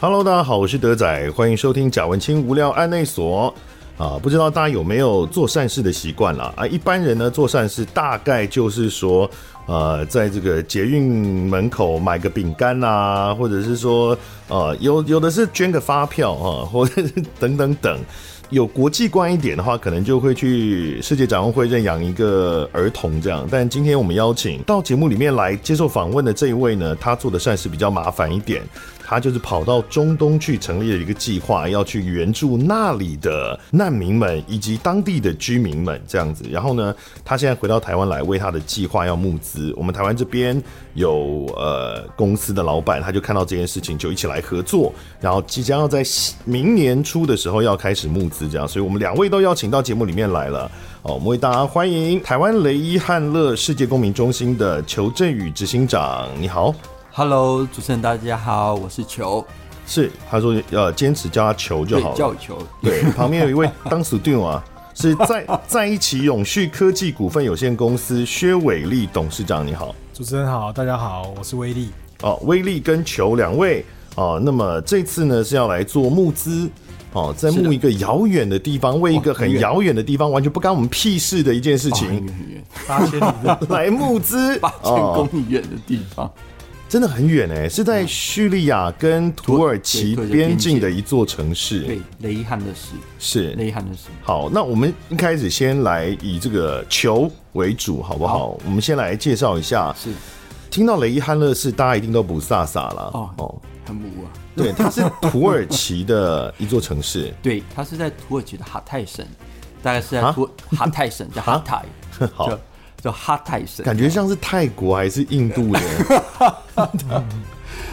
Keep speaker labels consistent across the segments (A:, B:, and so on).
A: Hello，大家好，我是德仔，欢迎收听贾文清无聊案内所。啊，不知道大家有没有做善事的习惯啦？啊，一般人呢做善事大概就是说，呃，在这个捷运门口买个饼干啦，或者是说，呃，有有的是捐个发票啊，或者是等等等。有国际观一点的话，可能就会去世界展望会认养一个儿童这样。但今天我们邀请到节目里面来接受访问的这一位呢，他做的善事比较麻烦一点，他就是跑到中东去成立了一个计划，要去援助那里的难民们以及当地的居民们这样子。然后呢，他现在回到台湾来为他的计划要募资。我们台湾这边有呃公司的老板，他就看到这件事情就一起来合作，然后即将要在明年初的时候要开始募资。是这样，所以我们两位都邀请到节目里面来了。哦，我们为大家欢迎台湾雷伊汉乐世界公民中心的裘振宇执行长，你好。
B: Hello，主持人大家好，我是裘。
A: 是，他说呃，坚持叫他球就好了，
B: 叫球。
A: 对，旁边有一位当属队啊，是在在一起永续科技股份有限公司薛伟丽董事长，你好。
C: 主持人好，大家好，我是威力。
A: 哦，威力跟球两位哦，那么这次呢是要来做募资。哦，在募一个遥远的地方，为一个很遥远的地方完全不干我们屁事的一件事情，
C: 八 千里
A: 来募资，啊
B: 八千公里远的地方，
A: 真的很远哎、是在叙利亚跟土耳其
B: 对对对
A: 边境的一座城市
B: 对，，雷伊汉的事，
A: 是。
B: 雷伊汉的事。
A: 好，那我们一开始先来以这个球为主，好不好？我们先来介绍一下，
B: 是
A: 听到雷伊汉勒市，大家一定都不飒飒了
B: 哦
A: 哦。
B: 很无啊。
A: 对，它是土耳其的一座城市，
B: 对，他是在土耳其的哈泰省，大概是在
A: 啊
B: 土哈泰省，叫哈泰，
A: 好
B: 叫叫哈泰省。
A: 感觉像是泰国还是印度的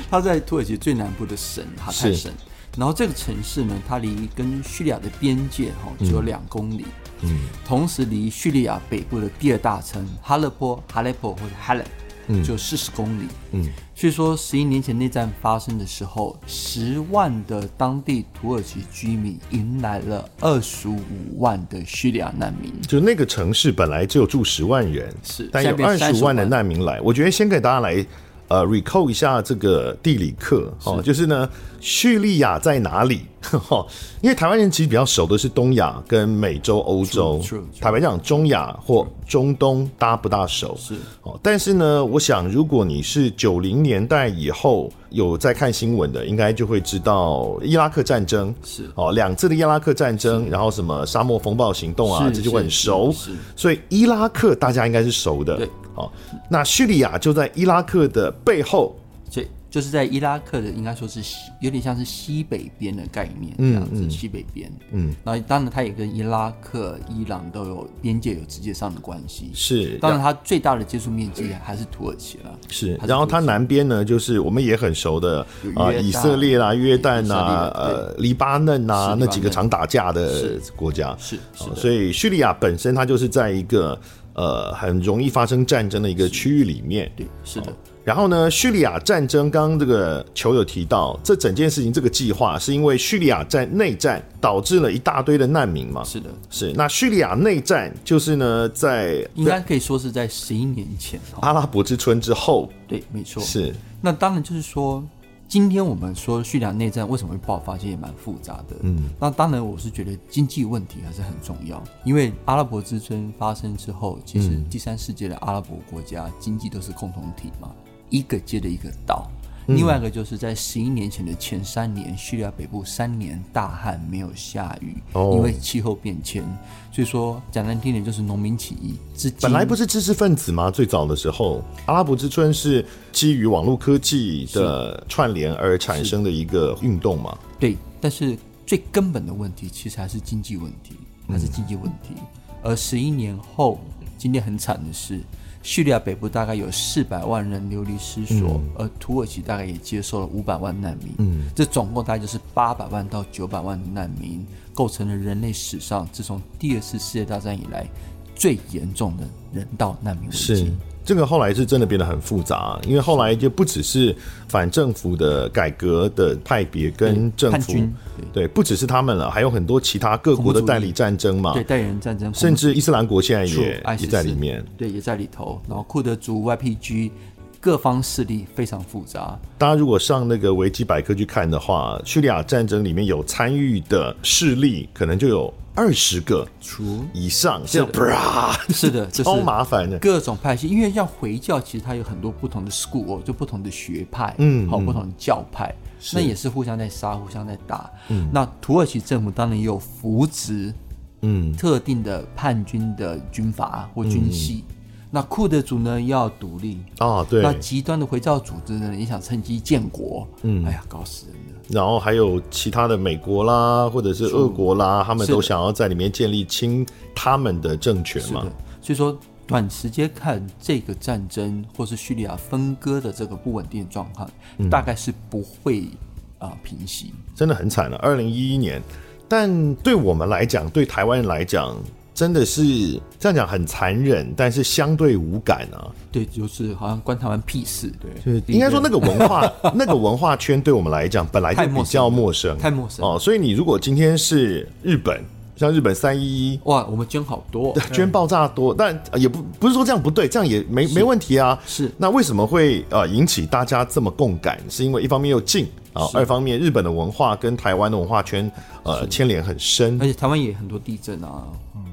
B: 它在土耳其最南部的省哈泰
A: 是
B: 省，然后这个城市呢，它离跟叙利亚的边界哈、只有两公里，嗯，同时离叙利亚北部的第二大城哈勒坡、哈勒坡或者哈勒，嗯，就四十公里，嗯，所以说十一年前内战发生的时候，十万的当地土耳其居民迎来了二十五万的叙利亚难民，
A: 就那个城市本来只有住十万人，
B: 是
A: 但
B: 现
A: 有
B: 在变
A: 二十
B: 30
A: 万
B: 万
A: 的难民来。我觉得先给大家来呃 recall 一下这个地理课哦，就是呢，叙利亚在哪里？ 哈，因为台湾人其实比较熟的是东亚跟美洲、欧洲
B: True, true,，true
A: 坦白讲，中亚或中东搭不大熟
B: 是
A: 哦。但是呢，我想如果你是九零年代以后有在看新闻的，应该就会知道伊拉克战争
B: 是
A: 哦，两次的伊拉克战争，然后什么沙漠风暴行动。啊，
B: 是
A: 这就会很
B: 是
A: 熟。
B: 是是
A: 所以伊拉克大家应该是熟的。
B: 对，
A: 哦，那叙利亚就在伊拉克的背后。
B: 所以就是在伊拉克的，应该说是西有点像是西北边的概念这样子，
A: 嗯
B: 西北边。嗯，然后当然它也跟伊拉克、伊朗都有边界有直接上的关系。
A: 是
B: 当然它最大的接触面积还是土耳其了。
A: 是，
B: 还是
A: 然后
B: 土
A: 它
B: 耳其
A: 南边呢，就是我们也很熟的啊、
B: 有约旦
A: 以色列啦、约旦啦、
B: 以色列
A: 呃，黎巴嫩呐、
B: 是黎巴嫩
A: 那几个常打架的
B: 是
A: 国家。
B: 是是
A: 哦
B: 的，
A: 所以叙利亚本身它就是在一个呃很容易发生战争的一个区域里面。
B: 对，是的，
A: 然后呢，叙利亚战争，刚刚这个球友提到，这整件事情这个计划是因为叙利亚战内战导致了一大堆的难民嘛？
B: 是的，
A: 是，那叙利亚内战就是呢，在
B: 应该可以说是在十一年前哈。
A: 阿拉伯之春之后，
B: 对，没错。
A: 是
B: 那当然就是说，今天我们说叙利亚内战为什么会爆发，其实也蛮复杂的。嗯，那当然我是觉得经济问题还是很重要，因为阿拉伯之春发生之后，其实
A: 嗯
B: 第三世界的阿拉伯国家经济都是共同体嘛，一个接着一个倒。
A: 嗯
B: 另外一个就是在十一年前的前三年，叙利亚北部三年大旱没有下雨，
A: 哦
B: 因为气候变迁，所以说讲难听点就是农民起义。至今
A: 本来不是知识分子吗？最早的时候，阿拉伯之春是基于网络科技的串联而产生的一个运动嘛？
B: 对，但是最根本的问题其实还是经济问题，还是经济问题。而十一年后，今天很惨的是，叙利亚北部大概有四百万人流离失所，而土耳其大概也接受了五百万难民。嗯，这总共大概就是八百万到九百万的难民，构成了人类史上自从第二次世界大战以来最严重的人道难民危
A: 是
B: 机。
A: 这个后来是真的变得很复杂，因为后来就不只是反政府的改革的派别跟政
B: 叛
A: 府，
B: 军
A: 对，不只是他们了，还有很多其他各国的代理战争嘛
B: 对，代理人战争，
A: 甚至伊斯兰国现在
B: 是
A: 也也
B: ISIS
A: 在里面。
B: 对，也在里头。然后库德族、YPG 各方势力非常 复杂。
A: 大家如果上那个维基百科去看的话，叙利亚战争里面有参与的势力可能就有二十个
B: 除
A: 以上，像 bra
B: 是的，这
A: 超
B: 是
A: 麻烦的。
B: 各种派系，因为像回教，其实它有很多不同的 school，就不同的学派，嗯，好，不同的教派，那也是互相在杀，互相在打。嗯，那土耳其政府当然也有扶植，嗯，特定的叛军的军阀
A: 嗯
B: 或军系。那库德族呢要独立，
A: 啊，对
B: 那，极端的回教组织呢也想趁机建国，嗯，哎呀，搞死人了。
A: 然后还有其他的美国啦，或者是俄国啦，他们
B: 是的
A: 都想要在里面建立亲他们的政权
B: 是
A: 嘛
B: 的。，所以说短时间看这个战争或是叙利亚分割的这个不稳定的状况，大概是不会啊、平息。
A: 真的很惨了。二零一一年，但对我们来讲，对台湾人来讲，真的是这样讲很残忍，但是相对无感啊。
B: 对，就是好像关台湾屁事，对，
A: 就是应该说那个文 化，那个文化圈对我们来讲本来就
B: 太
A: 比
B: 陌生
A: 较陌生，
B: 太陌生。
A: 哦，所以你如果今天是日本，像日本三一一。
B: 哇，我们捐好 多，嗯
A: 捐爆炸多，但呃也不不是说这样不对，这样也没没问题啊。
B: 是
A: 那为什么会呃引起大家这么共感？是因为一方面又近啊，二方面日本的文化跟台湾的文化圈呃牵连很深
B: 而，且台湾也很多地震啊，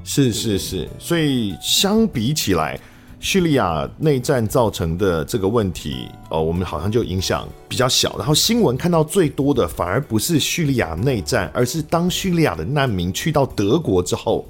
A: 是是是，所以相比起来，叙利亚内战造成的这个问题，哦，我们好像就影响比较小。然后新闻看到最多的，反而不是叙利亚内战，而是当叙利亚的难民去到德国之后，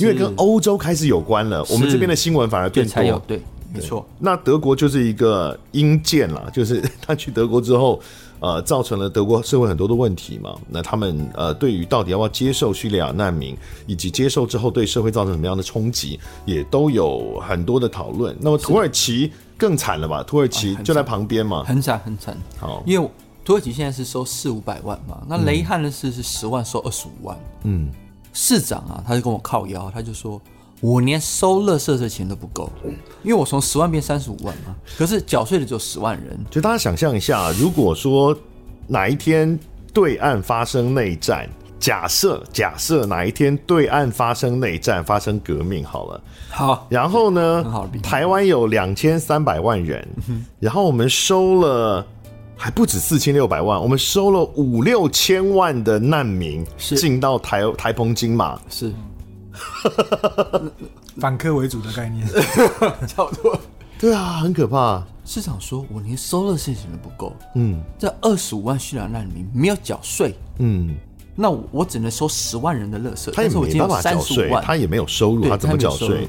A: 因为跟欧洲开始有关了，我们这边的新闻反而
B: 对，
A: 变
B: 才有
A: 多。
B: 对，没错，
A: 那德国就是一个阴间啦， 就是他去德国之后，呃，造成了德国社会很多的问题嘛。那他们呃，对于到底要不要接受叙利亚难民，以及接受之后对社会造成什么样的冲击，也都有很多的讨论。那么土耳其更惨了吧？土耳其就在旁边嘛。
B: 很惨很惨。
A: 啊好，嗯
B: 因为土耳其现在是收四五百万嘛，那雷汉的是是十万收二十五万，嗯，市长啊，他就跟我靠腰，他就说。我连收垃圾的钱都不够，因为我从十万变三十五万嘛，可是缴税的只有十万人，
A: 就大家想象一下，如果说哪一天对岸发生内战，假设假设哪一天对岸发生内战，发生革命好了。
B: 好，
A: 然后
B: 很好
A: 呢
B: 的比喻，嗯
A: 台湾有两千三百万人，然后我们收了还不止四千六百万，我们收了五六千万的难民
B: 是
A: 进到台台澎金马，
B: 是
C: 反客为主的概 念，
B: 叫做
A: 对啊，很可怕。
B: 市长说，我连收垃圾的钱都不够，
A: 嗯
B: 这二十五万叙利亚难民没有缴税，
A: 嗯，
B: 那我我只能收十万人的垃圾，
A: 他也
B: 但是我
A: 没
B: 今
A: 办
B: 天有
A: 法
B: 三
A: 缴
B: 十
A: 税
B: 五，万，
A: 他也没有收入，
B: 对
A: 他怎么
B: 没有
A: 缴
B: 收入
A: 税？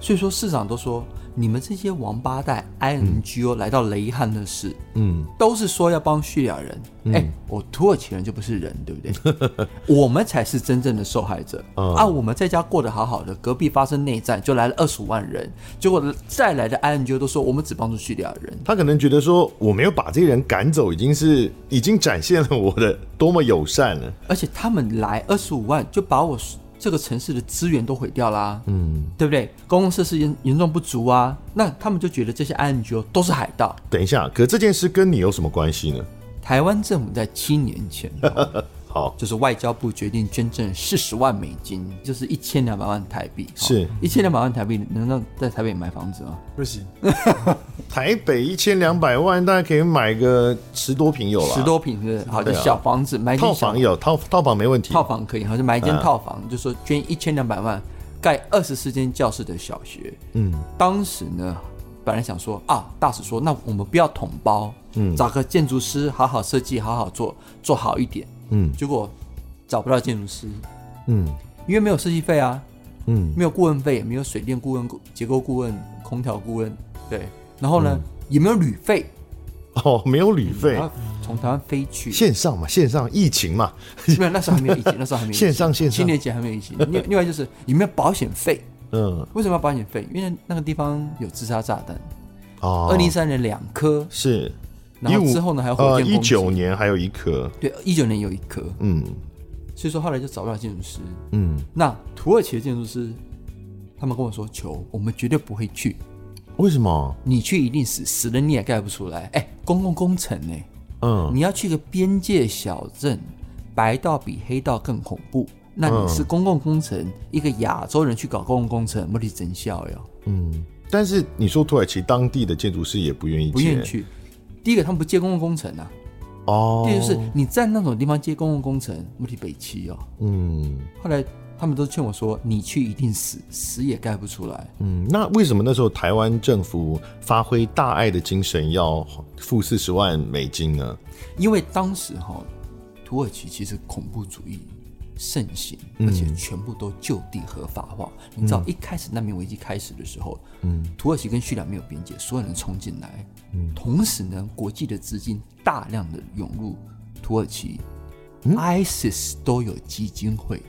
B: 所以说市长都说，你们这些王八蛋 INGO 来到雷汉的市，嗯，都是说要帮叙利亚人，哎、我土耳其人就不是人，对不 对？我们才是真正的受害者、啊！我们在家过得好好的，隔壁发生内战就来了二十五万人，结果再来的 INGO 都说我们只帮助叙利亚人，
A: 他可能觉得说，我没有把这些人赶走，已经是 已经展现了我的多么友善了。
B: 而且他们来二十五万就把我这个城市的资源都毁掉啦，嗯，对不对？公共设施严严重不足啊，那他们就觉得这些 INGO 都是海盗。
A: 等一下，可这件事跟你有什么关系呢？
B: 台湾政府在七年 前、哦
A: 好，
B: 就是外交部决定捐赠四十万美金，就是一千两百万台币。哦
A: 是
B: 一千两百万台币，能让在台北买房子吗？
C: 不行，
A: 台北一千两百万，大概可以买个十多平有了，
B: 十多平是不是好，就
A: 对啊
B: 小房子，买一间
A: 套
B: 小
A: 房嗯有套套房没问题。
B: 套房可以，好就买一间套房，就说捐一千两百万盖二十四间教室的小学。嗯，当时呢，本来想说啊，大使说那我们不要统包，嗯，找个建筑师好好设计，好好做，做好一点。
A: 嗯
B: 结果找不到建筑师，
A: 嗯
B: 因为没有设计费啊，
A: 嗯，
B: 没有顾问费，也没有水电顾问、结构顾问、空调顾问，对，然后呢，
A: 嗯
B: 也没有旅费，
A: 哦，没有旅费
B: 嗯然，后从台湾飞去，
A: 线上嘛，线上疫情嘛，
B: 没有，那时候还没有疫情，那时候还没有疫情
A: 线上线
B: 青
A: 上，
B: 年节还没有疫情，另另外就是也没有保险费，
A: 嗯
B: 为什么要保险费？因为那个地方有自杀炸弹，
A: 哦，
B: 二零一三年两颗，
A: 是
B: 然后之后呢还有火
A: 呃
B: 箭
A: 一
B: 攻击，
A: 九年还有一颗，
B: 对，一九年有一颗，
A: 嗯
B: 所以说后来就找不到建筑师。
A: 嗯，
B: 那土耳其的建筑师，他们跟我说：“求我们绝对不会去，
A: 为什么？
B: 你去一定死，死了你也盖不出来。哎，公共工程呢、
A: 嗯
B: 你要去个边界小镇，白道比黑道更恐怖。
A: 嗯
B: 那你是公共工程，一个亚洲人去搞公共工程，目的真笑哟。
A: 嗯，但是你说土耳其当地的建筑师也不愿意
B: 不愿
A: 接
B: 意去。第一个，他们不接公共工程啊；
A: 哦，
B: 第二就是你在那种地方接公共工程，问题北齐哦。
A: 嗯
B: 后来他们都劝我说：“你去一定死，死也盖不出来。
A: 嗯，那为什么那时候台湾政府发挥大爱的精神要付四十万美金呢？”
B: 因为当时哈、土耳其其实恐怖主义盛行，而且全部都就地合法化。你知道一开始难民危机开始的时候，嗯，土耳其跟叙利亚没有边界，所有人冲进来，嗯，同时呢，国际的资金大量的涌入土耳其、i s i s 都有基金会。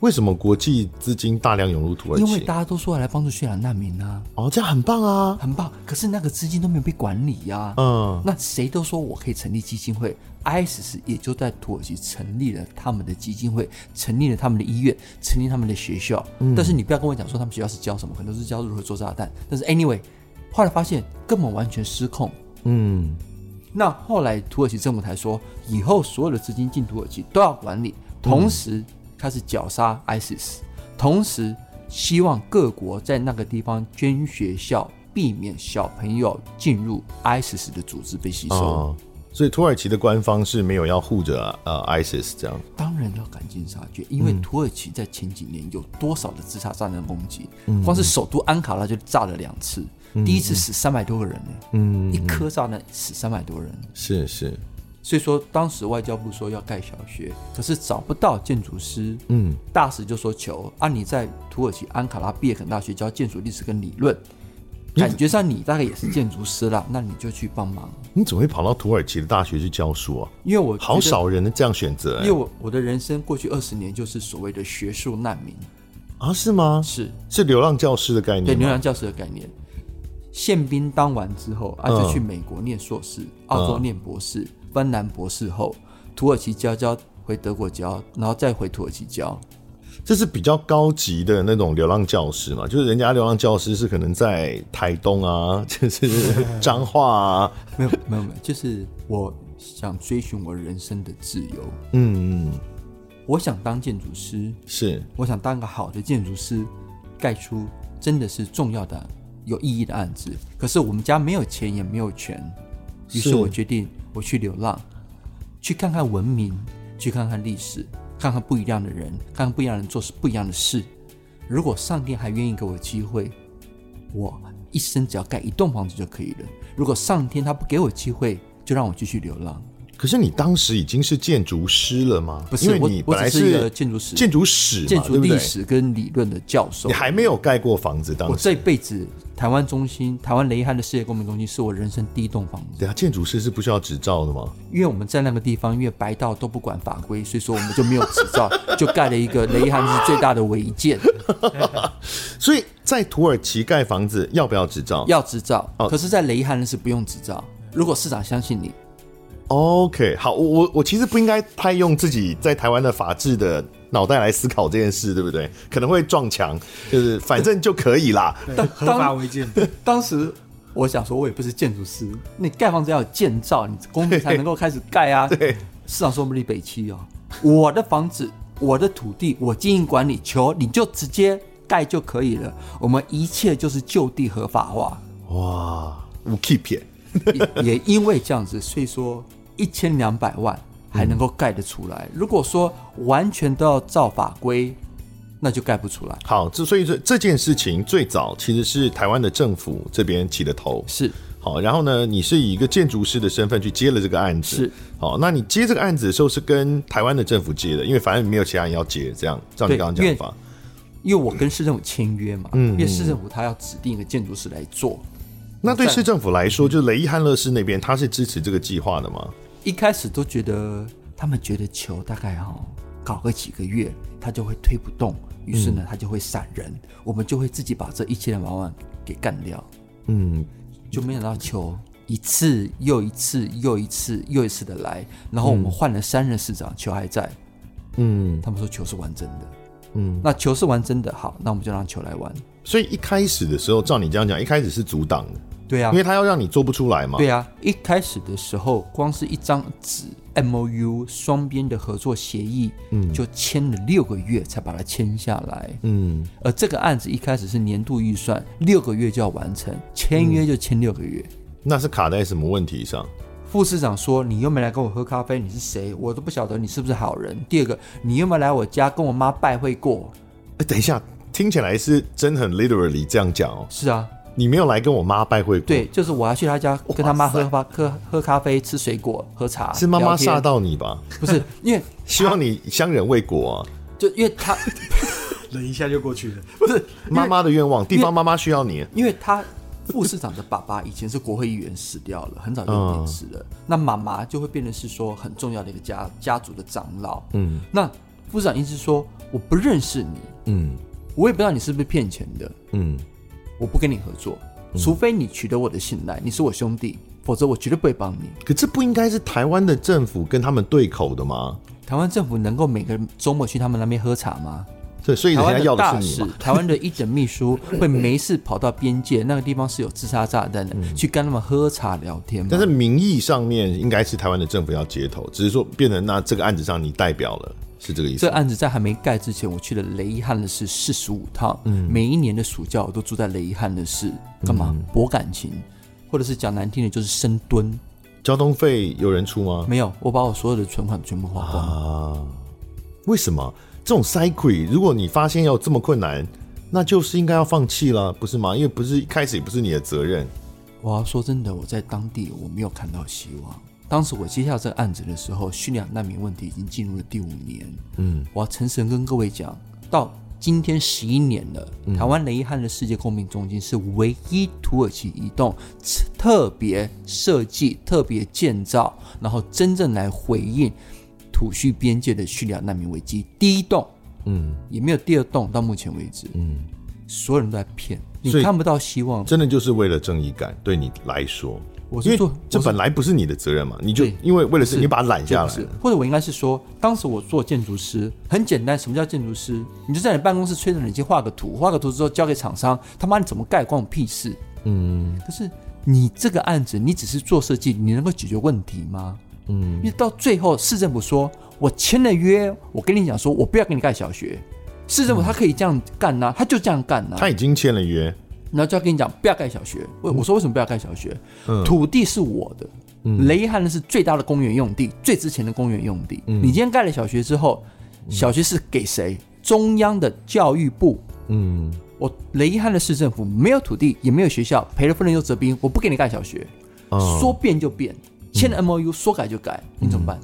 A: 为什么国际资金大量涌入土耳
B: 因为
A: 其？
B: 大家都说要来帮助叙利亚难民啊，
A: 哦，这样很棒啊！
B: 很棒。可是那个资金都没有被管理呀、
A: 嗯，
B: 那谁都说我可以成立基金会，ISIS 也就在土耳其成立了他们的基金会，成立了他们的医院，成立他们的学校。但是你不要跟我讲说他们学校是教什么，可能都是教如何做炸弹。但是 anyway，后来发现根本完全失控。
A: 嗯，
B: 那后来土耳其政府才说，以后所有的资金进土耳其都要管理，同时开始绞杀 ISIS，同时希望各国在那个地方捐学校，避免小朋友进入 ISIS 的组织被吸收。
A: 哦，所以土耳其的官方是没有要护着呃 ISIS 这样。
B: 当然要赶尽杀绝，因为土耳其在前几年有多少的自杀炸弹攻击？
A: 嗯
B: 光是首都安卡拉就炸了两次，第一次死三百多个人呢、
A: 嗯，
B: 一颗炸弹死三百多人。
A: 是是，
B: 所以说，当时外交部说要盖小学，可是找不到建筑师，
A: 嗯，
B: 大使就说求啊，你在土耳其安卡拉毕业肯大学教建筑历史跟理论，感觉上你大概也是建筑师啦，那你就去帮忙，
A: 你怎么会跑到土耳其的大学去教书啊？
B: 因为我
A: 好
B: 觉得
A: 少人这样选择、
B: 因
A: 欸
B: 为、我我的人生过去二十年就是所谓的学术难民，
A: 啊？是吗？
B: 是
A: 是流浪教师的概
B: 对
A: 念
B: 牛
A: 吗？
B: 羊教师的概念。宪兵当完之后，啊，
A: 嗯
B: 就去美国念硕士，澳洲念博士，芬兰博士后，土耳其教教回德国教，然后再回土耳其教。
A: 这是比较高级的那种流浪教师嘛，就是人家流浪教师是可能在台东啊， 就是彰化啊，
B: 没有没有没有，就是我想追寻我人生的自由，
A: 嗯，嗯，
B: 我想当建筑师，
A: 是
B: 我想当个好的建筑师，盖出真的是重要的、有意义的案子。可是我们家没有钱，也没有权，于
A: 是
B: 是我决定我去流浪，去看看文明，去看看历史，看看不一样的人，看看不一样的人做不一样的事。如果上天还愿意给我机会，我一生只要盖一栋房子就可以了。如果上天他不给我机会，就让我继续流浪。
A: 可是你当时已经是建筑师了吗？
B: 不
A: 因
B: 是
A: 为
B: 我
A: 你，
B: 我
A: 本来
B: 只是一个建筑师、
A: 建筑史嘛，
B: 建筑
A: 对不
B: 历
A: 对？
B: 史跟理论的教授
A: 你。还没有盖过房子，
B: 我
A: 当时。
B: 这辈子台湾中心、台湾雷汉的世界公民中心是我人生第一栋房子，
A: 对啊，建筑师是不需要执照的吗？
B: 因为我们在那个地方，因为白道都不管法规，所以说我们就没有执照，就盖了一个雷汉是最大的违建，
A: 所以在土耳其盖房子要不要执照？
B: 要执照。
A: 哦
B: 可是，在雷汉是不用执照。如果市长相信你，
A: OK，好，我我我其实不应该太用自己在台湾的法治的脑袋来思考这件事，对不对？可能会撞墙，就是反正就可以啦。
C: 对
B: 当
C: 合法违建，
B: 当时我想说，我也不是建筑师，你盖房子要有建造，你工地才能够开始盖 啊。
A: 对，
B: 市长说我们离北七哦，我的房子、我的土地、我经营管理，求你就直接盖就可以了。我们一切就是就地合法 化。
A: 哇，五 K 片，
B: 也也因为这样子，所以说一千两百万还能够盖得出来。如果说完全都要照法规，那就盖不出来。
A: 好，这所以这这件事情最早其实是台湾的政府这边起的头。
B: 是
A: 好，然后呢，你是以一个建筑师的身份去接了这个案子。
B: 是。
A: 好，那你接这个案子的时候是跟台湾的政府接的，因为反正没有其他人要接，这样照你
B: 对
A: 刚刚
B: 因
A: 讲
B: 为
A: 法。
B: 因为我跟市政府签约嘛，
A: 嗯
B: 因为市政府他要指定一个建筑师来做。
A: 那对
B: 在
A: 市政府来
B: 嗯
A: 说，就雷伊汉勒市那边，他是支持这个计划的吗？
B: 一开始都觉得他们觉得球大概哈、搞个几个月，他就会推不动，于是呢
A: 嗯
B: 他就会闪人，我们就会自己把这一千两百万给干掉。
A: 嗯，
B: 就没想到球一次又一次又一次又一次的来，然后我们换了三任市长，球还在，
A: 嗯
B: 他们说球是完整的，
A: 嗯，
B: 那球是完整的，好，那我们就让球来玩。
A: 所以一开始的时候，照你这样讲，一开始是阻挡的，
B: 对啊
A: 因，为他要让你做不出来嘛。
B: 对啊，一开始的时候，光是一张纸 M O U 双边的合作协议，嗯，就签了六个月才把它签下来。
A: 嗯，
B: 而这个案子一开始是年度预算，六个月就要完成，签约就签六个月。
A: 那是卡在什么问题上？
B: 副市长说：“你又没来跟我喝咖啡，你是谁？我都不晓得你是不是好人。第二个，你又没来我家跟我妈拜会过。
A: 哎，等一下，听起来是真的很 literally 这样讲哦。
B: 是啊，
A: 你没有来跟我妈拜会过，
B: 对，，就是我要去他家跟他妈喝咖喝喝咖啡、吃水果、喝茶。
A: 是妈妈
B: 聊天
A: 吓，到你吧？
B: 不是因为
A: 希望你相忍未 果啊。
B: 就因为他
C: 忍一下就过去了。
B: 不是
A: 妈妈的愿望，地方妈妈需要你。
B: 因为他副市长的爸爸以前是国会议员死掉了，很早就
A: 嗯
B: 病逝了。那妈妈就会变得是说很重要的一个家家族的长老。
A: 嗯
B: 那副市长一直说我不认识你，
A: 嗯
B: 我也不知道你是不是骗钱的，
A: 嗯
B: 我不跟你合作，除非你取得我的信赖，你是我兄弟，否则我绝对不会帮你。
A: 可这不应该是台湾的政府跟他们对口的吗？
B: 台湾政府能够每个周末去他们那边喝茶吗？
A: 对，所以人家
B: 台湾
A: 要
B: 的
A: 的
B: 大
A: 是
B: 使
A: 你嘛。，
B: 台湾的一等秘 书会没事跑到边界那个地方是有自杀炸弹的，
A: 嗯
B: 去跟他们喝茶聊天吗？
A: 但是名义上面应该是台湾的政府要接头，只是说变成那这个案子上你代表了，是这个意思
B: 这
A: 吗？
B: 案子在还没盖之前，我去了雷伊汉的市四十五趟，每一年的暑假我都住在雷伊汉的市，干嘛博感情，或者是讲难听的就是深蹲。
A: 交通费有人出吗？
B: 没有，我把我所有的存款全部花光。
A: 啊，为什么这种 cycle 如果你发现要这么困难，那就是应该要放弃了，不是吗？因为不是一开始也不是你的责任。
B: 我要说真的，我在当地我没有看到希望。当时我接下这个案子的时候，叙利亚难民问题已经进入了第五年。嗯，我要诚实地跟各位讲，到今天十一年了，
A: 嗯
B: 台湾雷伊汉的世界公民中心是唯一土耳其移动特别设计、特别建造，然后真正来回应土叙边界的叙利亚难民危机第一栋，
A: 嗯，
B: 也没有第二栋，到目前为止，
A: 嗯，
B: 所有人都在骗，你
A: 所以
B: 看不到希望，
A: 真的就是为了正义感，对你来说，
B: 我
A: 因
B: 是
A: 为
B: 做
A: 这
B: 我是
A: 本来不是你的责任嘛，你就
B: 对
A: 因为为了是
B: 是
A: 你把它揽下
B: 不
A: 来
B: 是
A: 了，，
B: 或者我应该是说，当时我做建筑师很简单，什么叫建筑师？你就在你办公室吹着冷气画个图，画个图之后交给厂商，他妈你怎么盖关我屁事？嗯，可是你这个案子，你只是做设计，你能够解决问题吗？嗯，因为到最后市政府说，我签了约，我跟你讲说，我不要给你盖小学。市
A: 嗯
B: 政府他可以这样干呐、他就这样干呐、
A: 他已经签了约，
B: 然后就要跟你讲不要盖小学。我
A: 嗯
B: 我说为什么不要盖小学？土地是我的，
A: 嗯
B: 雷伊汉的是最大的公园用地，最值钱的公园用地。
A: 嗯
B: 你今天盖了小学之后，小学是给谁？中央的教育部。
A: 嗯，
B: 我雷伊汉的市政府没有土地，也没有学校，赔了夫人又折兵，我不给你盖小学，
A: 哦嗯
B: 说变就变，签了 M O U 说改就改，你怎么办？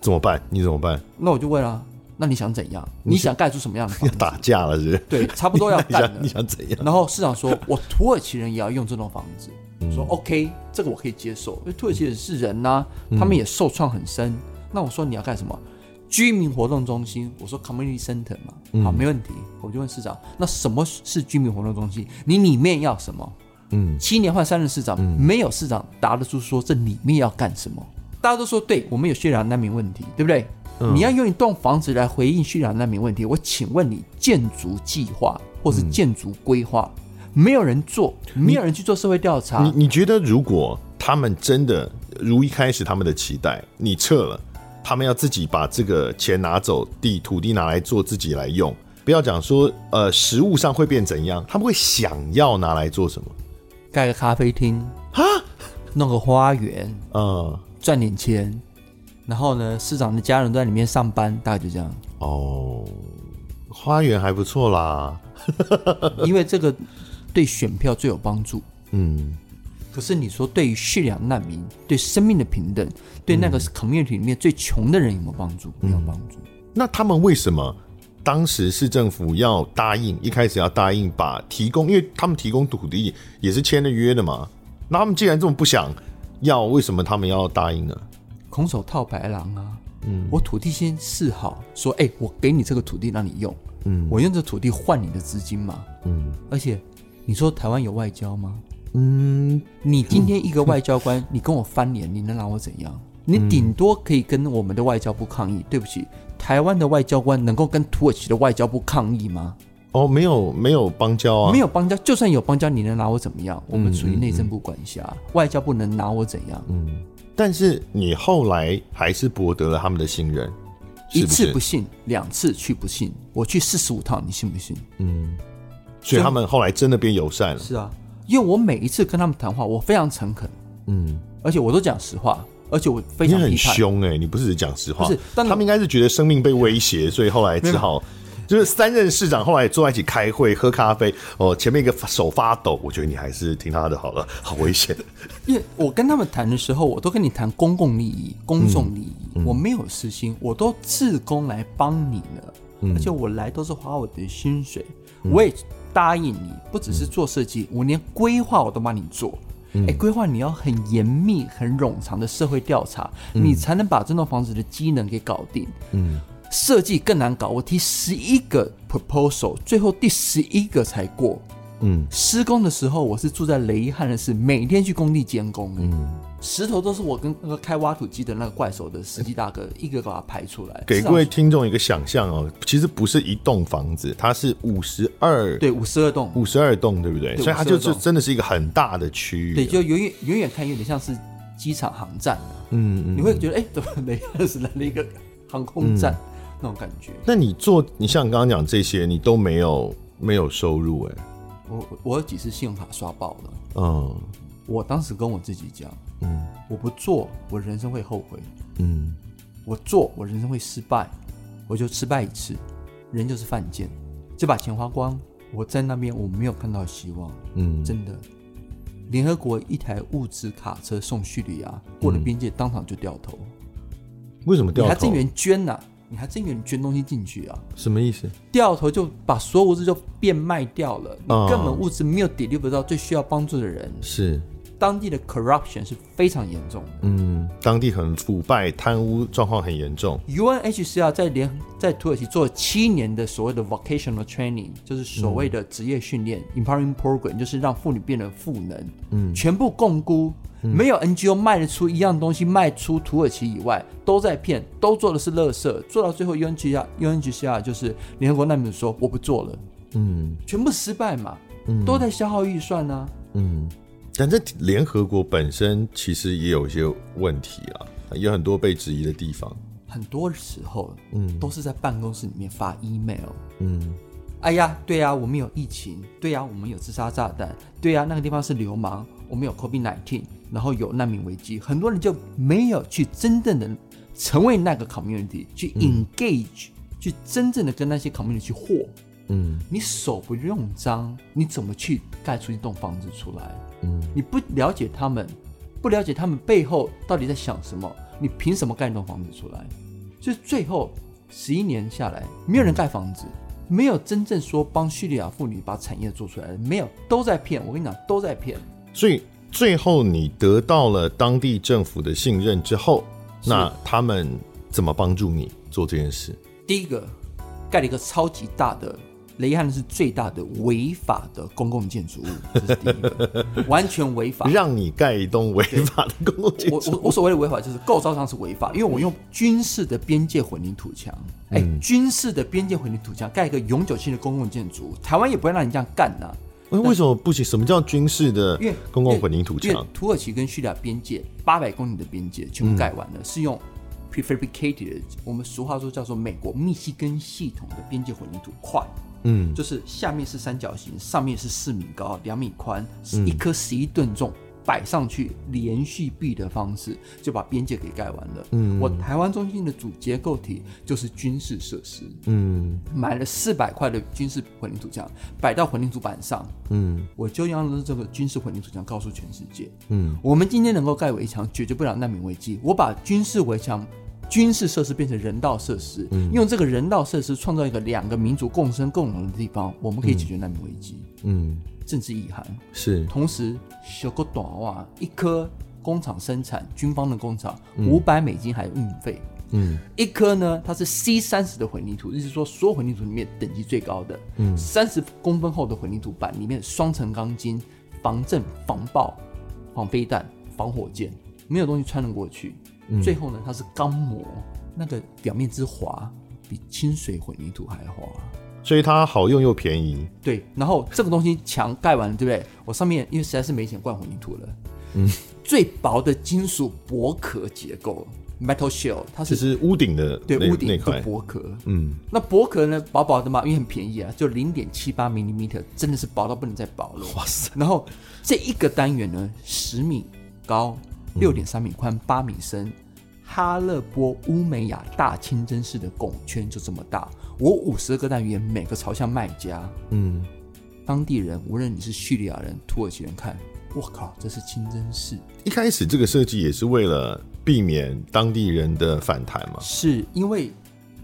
A: 怎么办？你怎么办？
B: 那我就问啊，那你想怎样？你想盖出什么样的房
A: 要
B: 子？
A: 打架了是不是？
B: 对，差不多要
A: 你
B: 干了
A: 想你。想怎样？
B: 然后市长说：“我土耳其人也要用这栋房子。”说 OK，这个我可以接受，因为土耳其人是人呐、他们也受创很深。那我说你要干什么？居民活动中心，我说 community center 嘛，好，没问题。我就问市长，那什么是居民活动中心？你里面要什么？
A: 嗯，
B: 七年换三任市长，没有市长答得出说这里面要干什么。大家都说，对我们有叙利亚难民问题，对不对？
A: 嗯
B: 你要用一栋房子来回应叙利亚难民问题，我请问你建筑计划或
A: 嗯
B: 是建筑规划，没有人做，没有人去做社会调查
A: 你，你觉得如果他们真的如一开始他们的期待，你撤了，他们要自己把这个钱拿走，地土地拿来做自己来用，不要讲说呃食物上会变怎样，他们会想要拿来做什么？
B: 盖个咖啡厅啊，弄个花园，
A: 嗯，
B: 赚点钱，然后呢，市长的家人都在里面上班，大概就这 样。
A: 哦，花园还不错啦，
B: 因为这个对选票最有帮助。
A: 嗯，
B: 可是你说对于叙利亚难民、对生命的平等、对那个 community 里面最穷的人有没有帮助？没有帮助。
A: 那他们为什么当时市政府要答应，一开始要答应把提供，因为他们提供土地也是签了约的嘛。那他们既然这么不想要，为什么他们要答应呢？
B: 空手套白狼啊！嗯，我土地先示好，说，哎、我给你这个土地让你用，嗯，我用这土地换你的资金嘛，
A: 嗯
B: 而且你说台湾有外交吗？
A: 嗯，
B: 你今天一个外交官，你跟我翻脸，你能拿我怎样？你顶多可以跟我们的外交部抗议。对不起，台湾的外交官能够跟土耳其的外交部抗议吗？
A: 哦，没有没有邦交啊，
B: 没有邦交，就算有邦交，你能拿我怎么样？我们属于内政部管辖，
A: 嗯
B: 外交部能拿我怎样？
A: 但是你后来还是博得了他们的信任，
B: 一
A: 是不
B: 次
A: 是？
B: 不信，两次去不信，我去四十五趟，你信不信？
A: 所以他们后来真的变友善了。
B: 是啊，因为我每一次跟他们谈话，我非常诚恳，
A: 嗯，
B: 而且我都讲实话，而且我非
A: 你
B: 常批
A: 很
B: 判。
A: 凶哎、你不是只讲实话，
B: 不是但
A: 他们应该是觉得生命被威胁，所以后来只好。就是三任市长后来坐在一起开会喝咖啡，哦，前面一个手发抖，我觉得你还是听他的好了，好危险。
B: 因为我跟他们谈的时候，我都跟你谈公共利益、公众利益，我没有私心，我都自工来帮你了，而且我来都是花我的薪水，我也答应你，不只是做设计，我连规划我都帮你做。哎，规划你要很严密、很冗长的社会调查，你才能把这栋房子的机能给搞定。嗯，设计更难搞，我提十一个 proposal，最后第十一个才过。
A: 嗯
B: 施工的时候，我是住在雷汉的市，每天去工地监工。嗯，石头都是我跟那个开挖土机的那个怪手的司机大哥一个个把它排出来。
A: 给
B: 至少
A: 各位听众一个想象哦，其实不是一栋房子，它是五十二
B: 对五十二栋，
A: 五十二栋，对不对？
B: 对
A: 所以它就
B: 52
A: 是
B: 栋
A: 真的是一个很大的区域。
B: 对，就远远远远看有点像是机场航站、啊、
A: 嗯嗯。
B: 你会觉得哎、怎么雷汉是来了一个航空站、
A: 嗯
B: 那种感觉？
A: 那你做，你像你刚刚讲这些，你都没有没有收入哎、
B: 我我我有几次信用卡刷爆了，
A: 嗯
B: 我当时跟我自己讲，嗯，我不做，我人生会后悔；
A: 嗯，
B: 我做，我人生会失败，我就失败一次，人就是犯贱，就把钱花光。我在那边我没有看到希望，
A: 嗯
B: 真的。联合国一台物资卡车送叙利亚，过了边界当场就掉头，
A: 为什么
B: 你
A: 掉
B: 还
A: 头
B: 真？愿捐呐、你还真愿捐东西进去啊？
A: 什么意思？
B: 掉头就把所有物资就变卖掉了，你
A: 哦
B: 根本物资没有 deliver 到最需要帮助的人。
A: 是
B: 当地的 corruption 是非常严重的。
A: 嗯，当地很腐败、贪污状况很严重。
B: UNHCR 在联在土耳其做了七年的所谓的 vocational training，就是所谓的职业训练、empowering program，就是让妇女变得赋能，嗯，全部共估，没有 NGO 卖得出一样东西卖出土耳其以外，都在骗，都做的是垃圾，做到最后 UNHCR UNHCR 就是联合国难民署说我不做了，
A: 嗯
B: 全部失败嘛，都在消耗预算啊。
A: 嗯，但这联合国本身其实也有一些问题啊，有很多被质疑的地方。
B: 很多时候，嗯，都是在办公室里面发 email。
A: 嗯
B: 哎呀，对呀、我们有疫情，对啊呀、我们有自杀炸弹，对啊呀、那个地方是流氓，我们有 COVID 1 9然后有难民危机，很多人就没有去真正的成为那个 community，去 engage，、去真正的跟那些 community 去和。
A: 嗯
B: 你手不用脏，你怎么去盖出一栋房子出来？
A: 嗯，
B: 你不了解他们，不了解他们背后到底在想什么，你凭什么盖一栋房子出来？所以最后十一年下来，没有人盖房子，没有真正说帮叙利亚妇女把产业做出来的，没有，都在骗。我跟你讲，都在骗。
A: 所以最后你得到了当地政府的信任之后，那他们怎么帮助你做这件事？
B: 第一个，盖了一个超级大的。雷汉是最大的违法的公共建筑物，这是第一个，完全违法。
A: 让你盖一栋违法的公共建
B: 我
A: 筑，
B: 我我所谓的违法就是构造上是违法，因为我用军事的边界混凝土墙，哎、军事的边界混凝土墙盖一个永久性的公共建筑，台湾也不会让你这样干呐、
A: 哎为什么不行？什么叫军事的
B: 因为
A: 公共混凝土
B: 因为
A: 墙？
B: 土耳其跟叙利亚边界八百公里的边界
A: 嗯
B: 全部盖完了，是用 prefabricated，的我们俗话说叫做美国密西根系统的边界混凝土块。
A: 嗯，
B: 就是下面是三角形，上面是四米高、两米宽，
A: 嗯
B: 是一颗十一吨重，摆上去连续壁的方式，就把边界给盖完了。嗯，我台湾中心的主结构体就是军事设施，
A: 嗯
B: 买了四百块的军事混凝土墙，摆到混凝土板上，
A: 嗯
B: 我就要用这个军事混凝土墙告诉全世界，
A: 嗯，
B: 我们今天能够盖围墙，解决不了难民危机。我把军事围墙、军事设施变成人道设施，用这个人道设施创造一个两个民族共生共荣的地方，我们可以解决难民危机、
A: 嗯，
B: 政治意涵。
A: 是
B: 同时，小个短袜一颗工厂生产，军方的工厂五百美金还有运费。
A: 嗯，
B: 一颗呢，它是 C 三十的混凝土，就是说所有混凝土里面等级最高的，嗯，三十公分厚的混凝土板里面双层钢筋，防震、防爆、防飞弹、防火箭，没有东西穿得过去。
A: 嗯
B: 最后呢，它是钢模，那个表面之滑比清水混凝土还滑。
A: 所以它好用又便宜。
B: 对，然后这个东西墙盖完了，对不对？我上面因为实在是没钱灌混凝土了，嗯，最薄的金属薄壳结构 （metal shell），它
A: 就是是屋顶的
B: 对
A: 那
B: 屋
A: 那
B: 顶的
A: 块，
B: 薄壳。
A: 嗯，
B: 那薄壳呢，薄薄的嘛，因为很便宜啊，就零点七八毫米，真的是薄到不能再薄了。哇塞！然后这一个单元呢，十米高，
A: 嗯
B: 六点三米宽，八米深，哈勒波乌梅雅大清真寺的拱圈就这么大。我五十个单元，每个朝向卖家，嗯，当地人，无论你是叙利亚人、土耳其人看，我靠，这是清真寺。
A: 一开始这个设计也是为了避免当地人的反弹嘛。
B: 是因为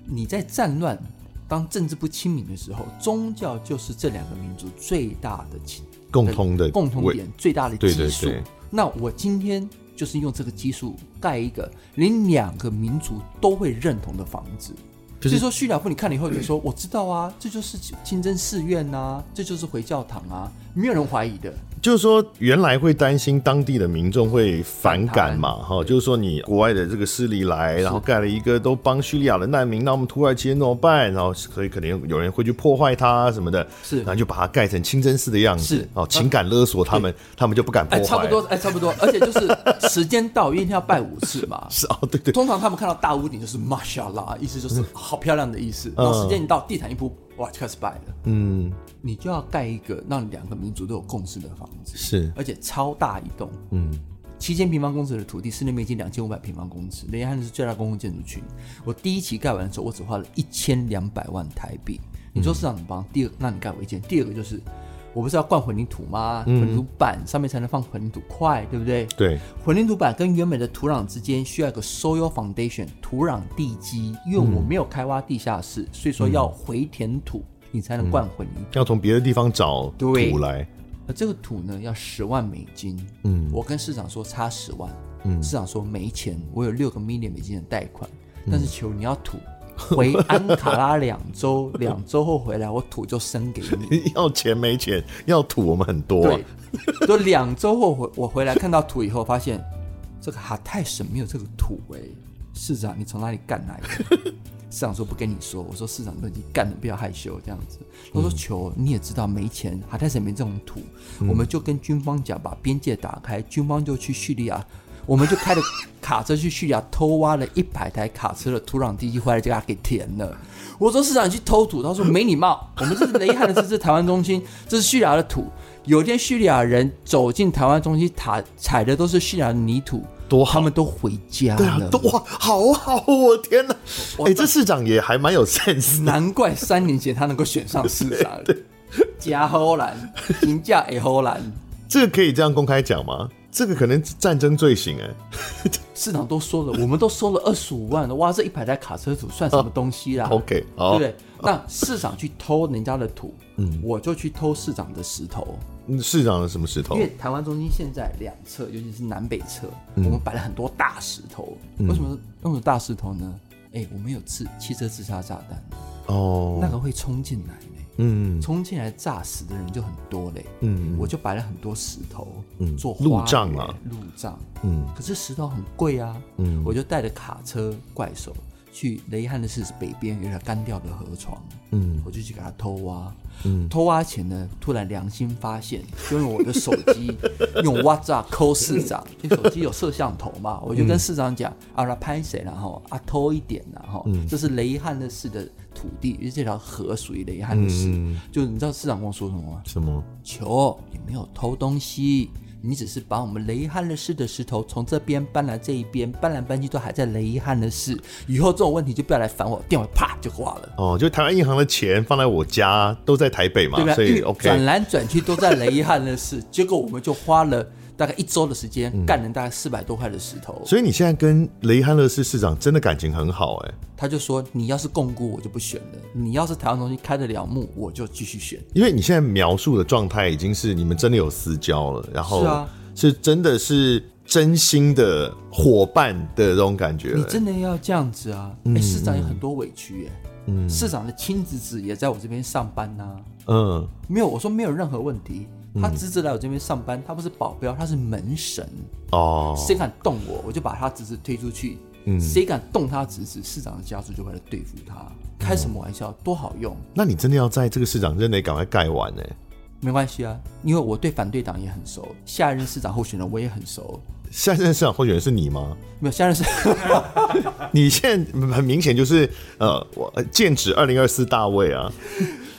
B: 你在战乱、当政治不清明的时候，宗教就是这两个民族最大的情
A: 共通的
B: 共同
A: 位
B: 点、最大的
A: 对
B: 基数。
A: 对对
B: 那我今天就是用这个基数盖一个连两个民族都会认同的房子。
A: 就
B: 就是所以说，叙利亚妇你看了以后就说：“我知道啊，这就是清真寺院呐、啊，这就是回教堂啊，没有人怀疑的。
A: 就是说，原来会担心当地的民众会反感嘛，哈、就是说你国外的这个势力来，然后盖了一个都帮叙利亚的难民，那我们土耳其人怎么办？然后所以肯定有人会去破坏它啊什么的，
B: 是
A: 然后就把它盖成清真寺的样子，
B: 是
A: 哦，情感勒索他们，他们就不敢破
B: 哎，
A: 坏，
B: 差不多，哎，差不多。而且就是时间到，因为一定要拜五 次嘛。
A: 是 哦，对对，嗯
B: 通常他们看到大屋顶就是 mashallah，意思就是好漂亮的意思。然后时间一到，地毯一铺，哇，就开始摆了。
A: 嗯，
B: 你就要盖一个让两个民族都有共识的房子，
A: 是，
B: 而且超大一栋，嗯，七千平方公尺的土地，室内面积两千五百平方公尺，雷汉是最大公共建筑群。我第一期盖完的时候，我只花了一千两百万台币。你说市场很棒，第二，那你盖我一间。第二个就是，我不是要灌混凝土吗？混凝土板上面才能放混凝土块，对不对？
A: 对，
B: 混凝土板跟原本的土壤之间需要一个 soil foundation 土壤地基，因为我没有开挖地下室，所以说要回填土，你才能灌混凝土。
A: 要从别的地方找
B: 对
A: 土来，
B: 而呃这个土呢，要十万美金。嗯，我跟市长说差十万，嗯，市长说没钱，我有六个 million 美金的贷款，但是求你要土。回安卡拉两周，两周后回来，我土就生给 你。
A: 要钱没钱，要土我们很多、啊，
B: 对，就两周后回我回来看到土以后，发现这个哈泰省没有这个土哎、市长你从哪里干来的？市长说不跟你说，我说市长都已经干了，不要害羞这样子。
A: 嗯
B: 他说求你也知道没钱，哈泰省没这种土，
A: 嗯
B: 我们就跟军方讲把边界打开，军方就去叙利亚。我们就开着 卡车去叙利亚偷挖了一百台卡车的土壤地基，回来就给它给填了。我说市长你去偷土，他说没礼貌。 我们这是雷汉的，这是台湾中心，这是叙利亚的土。有一天叙利亚人走进台湾中心，塔踩的都是叙利亚的泥土，
A: 多好
B: 他们都回家
A: 对啊
B: 了，。
A: 都 哇，好好哦，我天哪！哎、
B: 我
A: 这市长也还蛮有 sense 的，
B: 难怪三年前他能够选上市长。加荷兰，评价也荷兰，
A: 这个可以这样公开讲吗？这个可能战争罪行哎、
B: 市长都说了，我们都收了二十五万了，哇，这一百台卡车土算什么东西啦？
A: 哦 OK，
B: 对
A: 好
B: 不，对？那市长去偷人家的土，我就去偷市长的石头，
A: 嗯市长的什么石头
B: 因？为台湾中心现在两侧，尤其是南北侧，
A: 嗯
B: 我们摆了很多大石头。为什么用么有大石头呢？哎、我们有自汽车自杀炸弹，那
A: 哦，
B: 个会冲进来呢，
A: 嗯
B: 冲进来炸死的人就很多嘞。
A: 嗯
B: 我就摆了很多石头，
A: 嗯
B: 做
A: 路
B: 花
A: 障
B: 园
A: 啊，
B: 路障，
A: 嗯
B: 可是石头很贵啊，
A: 嗯
B: 我就带着卡车怪手去雷汉的市北边有点干掉的河床，
A: 嗯
B: 我就去给他偷挖。偷挖前呢，突然良心发现，就用我的手机用 WhatsApp 扣市长，这手机有摄像头嘛，
A: 嗯
B: 我就跟市长讲、啊，来拍谁然后啊偷一点然后、
A: 嗯
B: 这是雷汉的市的土地，因为这条河属于雷汉的市。
A: 嗯，
B: 就你知道市长跟我说什么吗？
A: 什么？
B: 球，你没有偷东西，你只是把我们雷汉的市的石头从这边搬来这一边，搬来搬去都还在雷汉的市。以后这种问题就不要来烦我，电话啪就挂了。
A: 哦，就台湾银行的钱放在我家，都在台北嘛
B: 对不，
A: 啊所
B: 对？因
A: 以
B: 为转
A: OK，
B: 来转去都在雷汉 的市，结果我们就花了大概一周的时间，干了大概四百多块的石头。
A: 嗯所以你现在跟雷汉勒市市长真的感情很好哎、
B: 他就说：“你要是共估，我就不选了；你要是台湾东西开得了幕，我就继续选。
A: 因为你现在描述的状态已经是你们真的有私交了，然后
B: 是啊
A: 是真的是真心的伙伴的这种感觉了，
B: 你真的要这样子啊？
A: 嗯
B: 哎、市长有很多委屈耶、市长的亲侄子也在我这边上班呐、
A: 嗯
B: 没有，我说没有任何问题。他侄子来我这边上班，他不是保镖，他是门神。
A: 哦，
B: 谁敢动我，我就把他侄子推出去。谁敢动他侄子，市长的家族就会来对付他。开什么玩笑，多好用，
A: 那你真的要在这个市长任内赶快盖完欸呢、
B: 没关系啊，因为我对反对党也很熟，下一任市长候选人我也很熟。
A: 下任市长候选人是你吗？
B: 没有，下任市
A: 你现在很明显就是呃，我呃剑指二零二四大卫啊，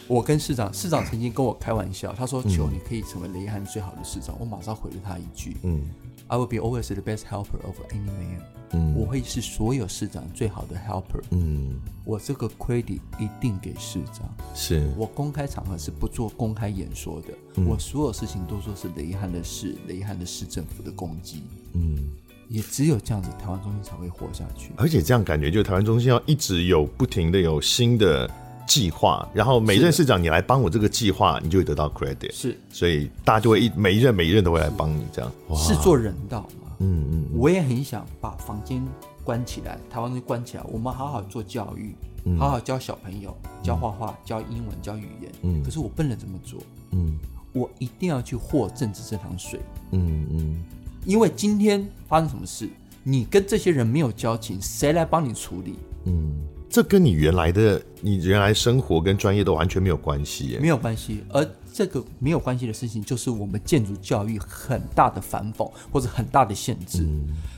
B: 我跟市长，市长曾经跟我开玩笑，他说：“求你可以成为雷汉最好的市长。”我马上回了他一句：“嗯，I will be always the best helper of any man。”嗯，我会是所有市长最好的 helper。
A: 嗯，
B: 我这个 credit 一定给市长。
A: 是
B: 我公开场合是不做公开演说的，我所有事情都说是雷汉的事，雷汉的市政府的攻击。嗯，呃也只有这样子，台湾中心才会活下去。
A: 而且这样感觉，就台湾中心要一直有不停的有新的计划，然后每任市长你来帮我这个计划，你就会得到 credit，
B: 是
A: 所以大家就会一每一任每一任都会来帮你这样。哇，
B: 呃是做人道嘛。嗯嗯，我也很想把房间关起来，台湾人关起来，我们好好做教育，好好教小朋友，教画画，教英文，教语言。嗯，可是我不能这么做。嗯，我一定要去获政治这塘水。
A: 嗯嗯，
B: 因为今天发生什么事，你跟这些人没有交情，谁来帮你处理？
A: 这跟你原来的你原来生活跟专业都完全没有关系耶。
B: 没有关系。而这个没有关系的事情，就是我们建筑教育很大的反讽或者很大的限制。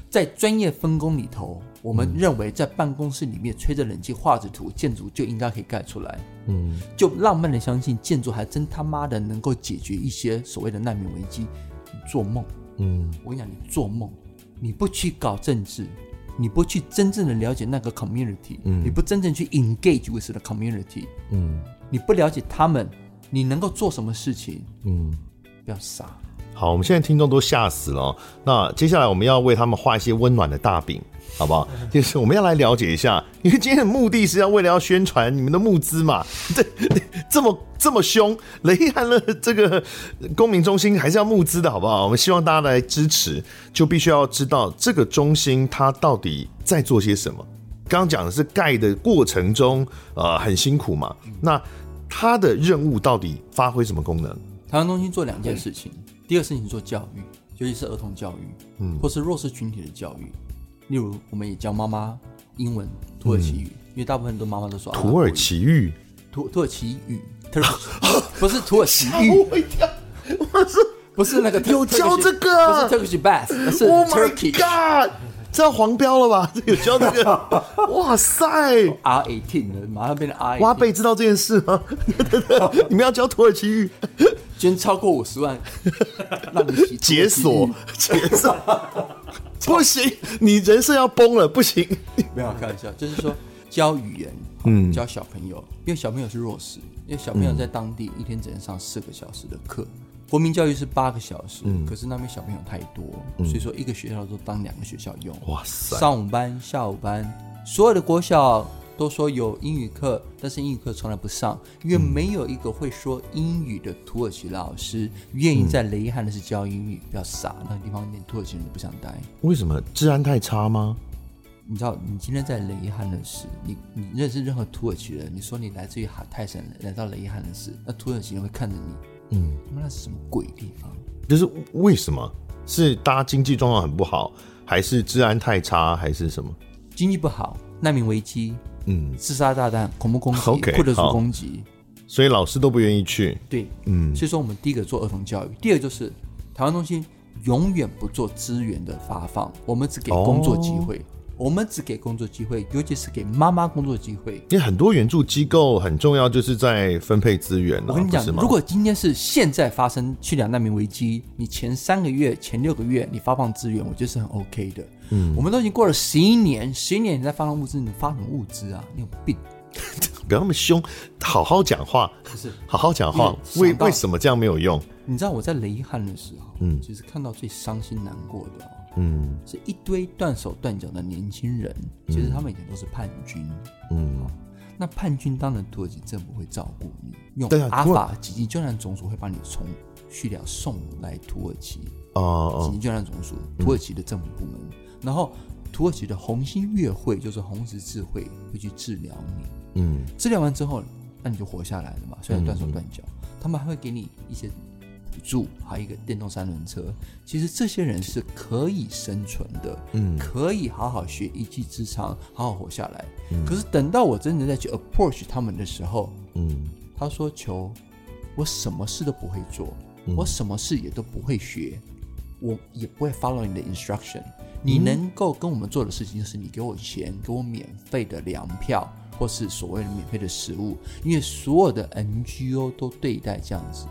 B: 在专业分工里头，我们认为在办公室里面吹着冷气画着图，建筑就应该可以盖出来。嗯，就浪漫的相信建筑还真他妈的能够解决一些所谓的难民危机。你做梦，嗯，我跟你讲，你做梦，你不去搞政治。你不去真正的了解那个 community，、你不真正去 engage with the community，你不了解他们，你能够做什么事情？嗯，不要傻。
A: 好，我们现在听众都吓死了哦、那接下来我们要为他们画一些温暖的大饼，好不好？就是我们要来了解一下，因为今天的目的是要为了要宣传你们的募资嘛。 这这么这么凶，雷汉的这个公民中心还是要募资的，好不好？我们希望大家来支持，就必须要知道这个中心它到底在做些什么。刚刚讲的是盖的过程中，呃，很辛苦嘛。那它的任务到底发挥什么功能？
B: 台湾中心做两件事情，
A: 嗯
B: 第二个事情做教育，尤其是儿童教育，嗯，或是弱势群体的教育，例如我们也教妈妈英文、土耳其语，因为大部分都妈妈都说阿拉
A: 嗯
B: 伯
A: 土耳其玉。
B: 土土耳其语， 土耳其不是土耳其
A: 吓
B: 语，
A: 我一跳！我说
B: 不是那个
A: 有教这个啊
B: 不是 Turkish bath，而是
A: ，Oh my
B: Turkish
A: God！这要黄标了吧？这 有教这个？哇塞！
B: R eighteen 了，马上变成 R
A: 挖
B: eighteen，
A: 贝知道这件事吗？ 你们要教土耳其语
B: 捐超过五 十万，让你洗
A: 解锁解锁，不行，你人设要崩了，不行。
B: 没有开玩笑，就是说教语 言，嗯，教小朋友，因为小朋友是弱势，因为小朋友在当地一天只能上四个小时的课，国民教育是八个小时，
A: 嗯
B: 可是那边小朋友太多，所以说一个学校都当两个学校用，
A: 哇塞
B: 上午班、下午班，所有的国小。都说有英语课，但是英语课从来不上，因为没有一个会说英语的土耳其老师愿
A: 嗯
B: 意在雷汉的是教英语。不要傻，那个地方连土耳其人都不想待。
A: 为什么治安太差吗？
B: 你知道，你今天在雷汉的市，你你认识任何土耳其人，你说你来自于哈泰省，来到雷汉的市，那土耳其人会看着你，嗯，那是什么鬼地方？
A: 就是为什么？是大家经济状况很不好，还是治安太差，还是什么？
B: 经济不好，难民危机，
A: 嗯，
B: 自杀炸弹、恐怖攻击、
A: OK，
B: 库德族
A: 好
B: 攻击，
A: 所以老师都不愿意去。
B: 对，嗯，所以说我们第一个做儿童教育，第二个就是台湾中心永远不做资源的发放，我们只给工作机会，我们只给工作机会，尤其是给妈妈工作机会，
A: 因为很多援助机构很重要，就是在分配资源、啊。
B: 我跟你讲
A: 不是，吗
B: 如果今天是现在发生叙利亚难民危机，你前三个月、前六个月你发放资源，我觉得是很 OK 的。嗯，我们都已经过了十一年，十一年你在发放物资，你发什么物资啊？你有病！
A: 不要那么凶，好好讲话，
B: 不是，
A: 好好讲话。
B: 因
A: 为
B: 为想到
A: 为什么这样没有用？
B: 你知道我在雷汉的时候，嗯，其实看到最伤心难过的、哦，嗯，是一堆断手断脚的年轻人，
A: 嗯
B: 其实他们以前都是叛军，嗯。那叛军当然，土耳其政府会照顾你，用
A: 对啊
B: 阿
A: 土耳
B: 法几级救援总署会把你从叙利亚送来土耳其，
A: 哦哦，
B: 紧急救援总署，土耳其的政府部门，然后土耳其的红星月会，就是红十字会，会去治疗你。
A: 嗯，
B: 治疗完之后，那你就活下来了嘛，虽然断手断脚，他们还会给你一些助，还有一个电动三轮车，其实这些人是可以生存的，嗯，可以好好学一技之长，好好活下来。可是等到我真的再去 approach 他们的时候，
A: 嗯
B: 他说：“球，我什么事都不会做，我什么事也都不会学，我也不会 follow 你的 instruction。你能够跟我们做的事情，就是你给我钱，给我免费的粮票，或是所谓的免费的食物，因为所有的 NGO 都对待这样子。”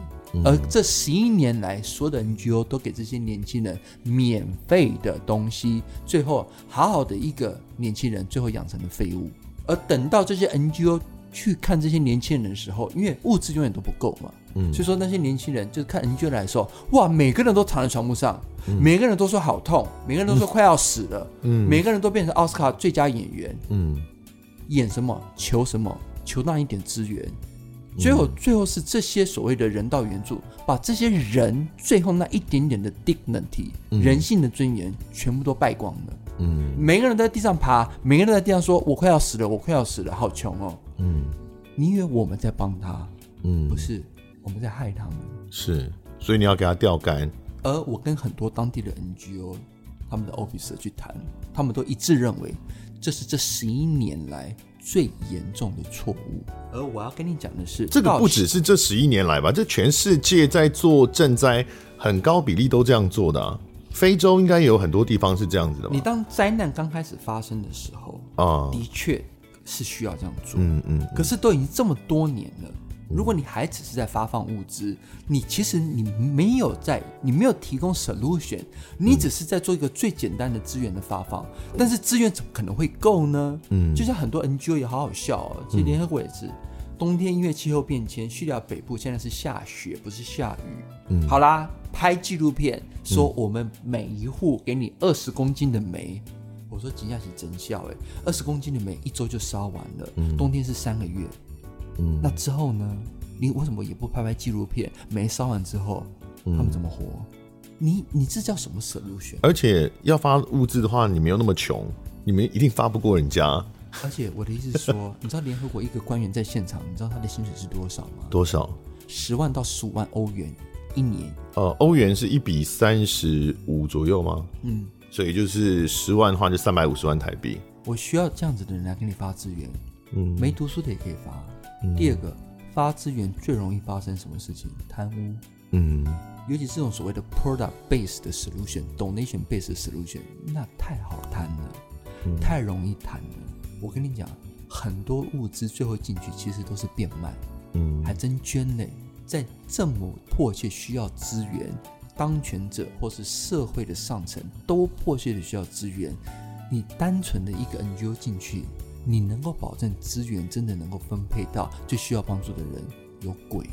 B: 而这十一年来，所有的 NGO 都给这些年轻人免费的东西，最后好好的一个年轻人，最后养成了废物。而等到这些 NGO 去看这些年轻人的时候，因为物资永远都不够嘛，所以说那些年轻人就是看 NGO 来的时候，哇，每个人都躺在床铺上，每个人都说好痛，每个人都说快要死了，每个人都变成奥斯卡最佳演员，
A: 嗯
B: 演什么求什么，求那一点资源。最后，最后是这些所谓的人道援助，把这些人最后那一点点的 dignity、人性的尊严，全部都败光了。
A: 嗯
B: 每个人都在地上爬，每个人都在地上说：“我快要死了，我快要死了，好穷哦。
A: 嗯”
B: 你以为我们在帮他？
A: 嗯
B: 不，是，我们在害他们。
A: 是，所以你要给它钓竿，
B: 而我跟很多当地的 NGO、他们的 officer 去谈，他们都一致认为这是这十一年来最严重的错误。而我要跟你讲的是，
A: 这个
B: 到
A: 不只是这十一年来吧，这全世界在做赈灾，很高比例都这样做的、啊。非洲应该有很多地方是这样子的吧
B: 你？当灾难刚开始发生的时候，
A: 啊，
B: 的确是需要这样做。
A: 嗯嗯
B: 可是都已经这么多年了，如果你还只是在发放物资，你其实你没有在，你没有提供 solution，你只是在做一个最简单的资源的发放，
A: 嗯
B: 但是资源怎么可能会够呢？嗯，就像很多 NGO 也好好笑哦，
A: 嗯
B: 其实联合国也是。冬天因为气候变迁，叙利亚北部现在是下雪，不是下雨。嗯，好啦，拍纪录片
A: 嗯
B: 说我们每一户给你二十公斤的煤，我说金夏是真笑哎，二十公斤的煤一周就烧完了，冬天是三个月，
A: 嗯
B: 那之后呢？你为什么也不拍拍纪录片？煤烧完之后，他们怎么活？你你这叫什么 solution？
A: 而且要发物资的话，你没有那么穷，你们一定发不过人家
B: 而且我的意思是说，你知道联合国一个官员在现场，你知道他的薪水是多少吗？
A: 多少？
B: 十万到十五万欧元一年，
A: 呃，欧元是一比三十五左右吗？
B: 嗯，
A: 所以就是十万的话就三百五十万台币。
B: 我需要这样子的人来给你发资源。嗯，没读书的也可以发。第二个，发资源最容易发生什么事情？贪污。
A: 嗯
B: 尤其是这种所谓的 product based 的 solution、donation based 的 solution，那太好谈了，太容易谈了。我跟你讲，很多物资最后进去其实都是变卖，
A: 嗯
B: 还真捐嘞。在这么迫切需要资源，当权者或是社会的上层都迫切的需要资源，你单纯的一个 NGO 进去，你能够保证资源真的能够分配到最需要帮助的人？有鬼，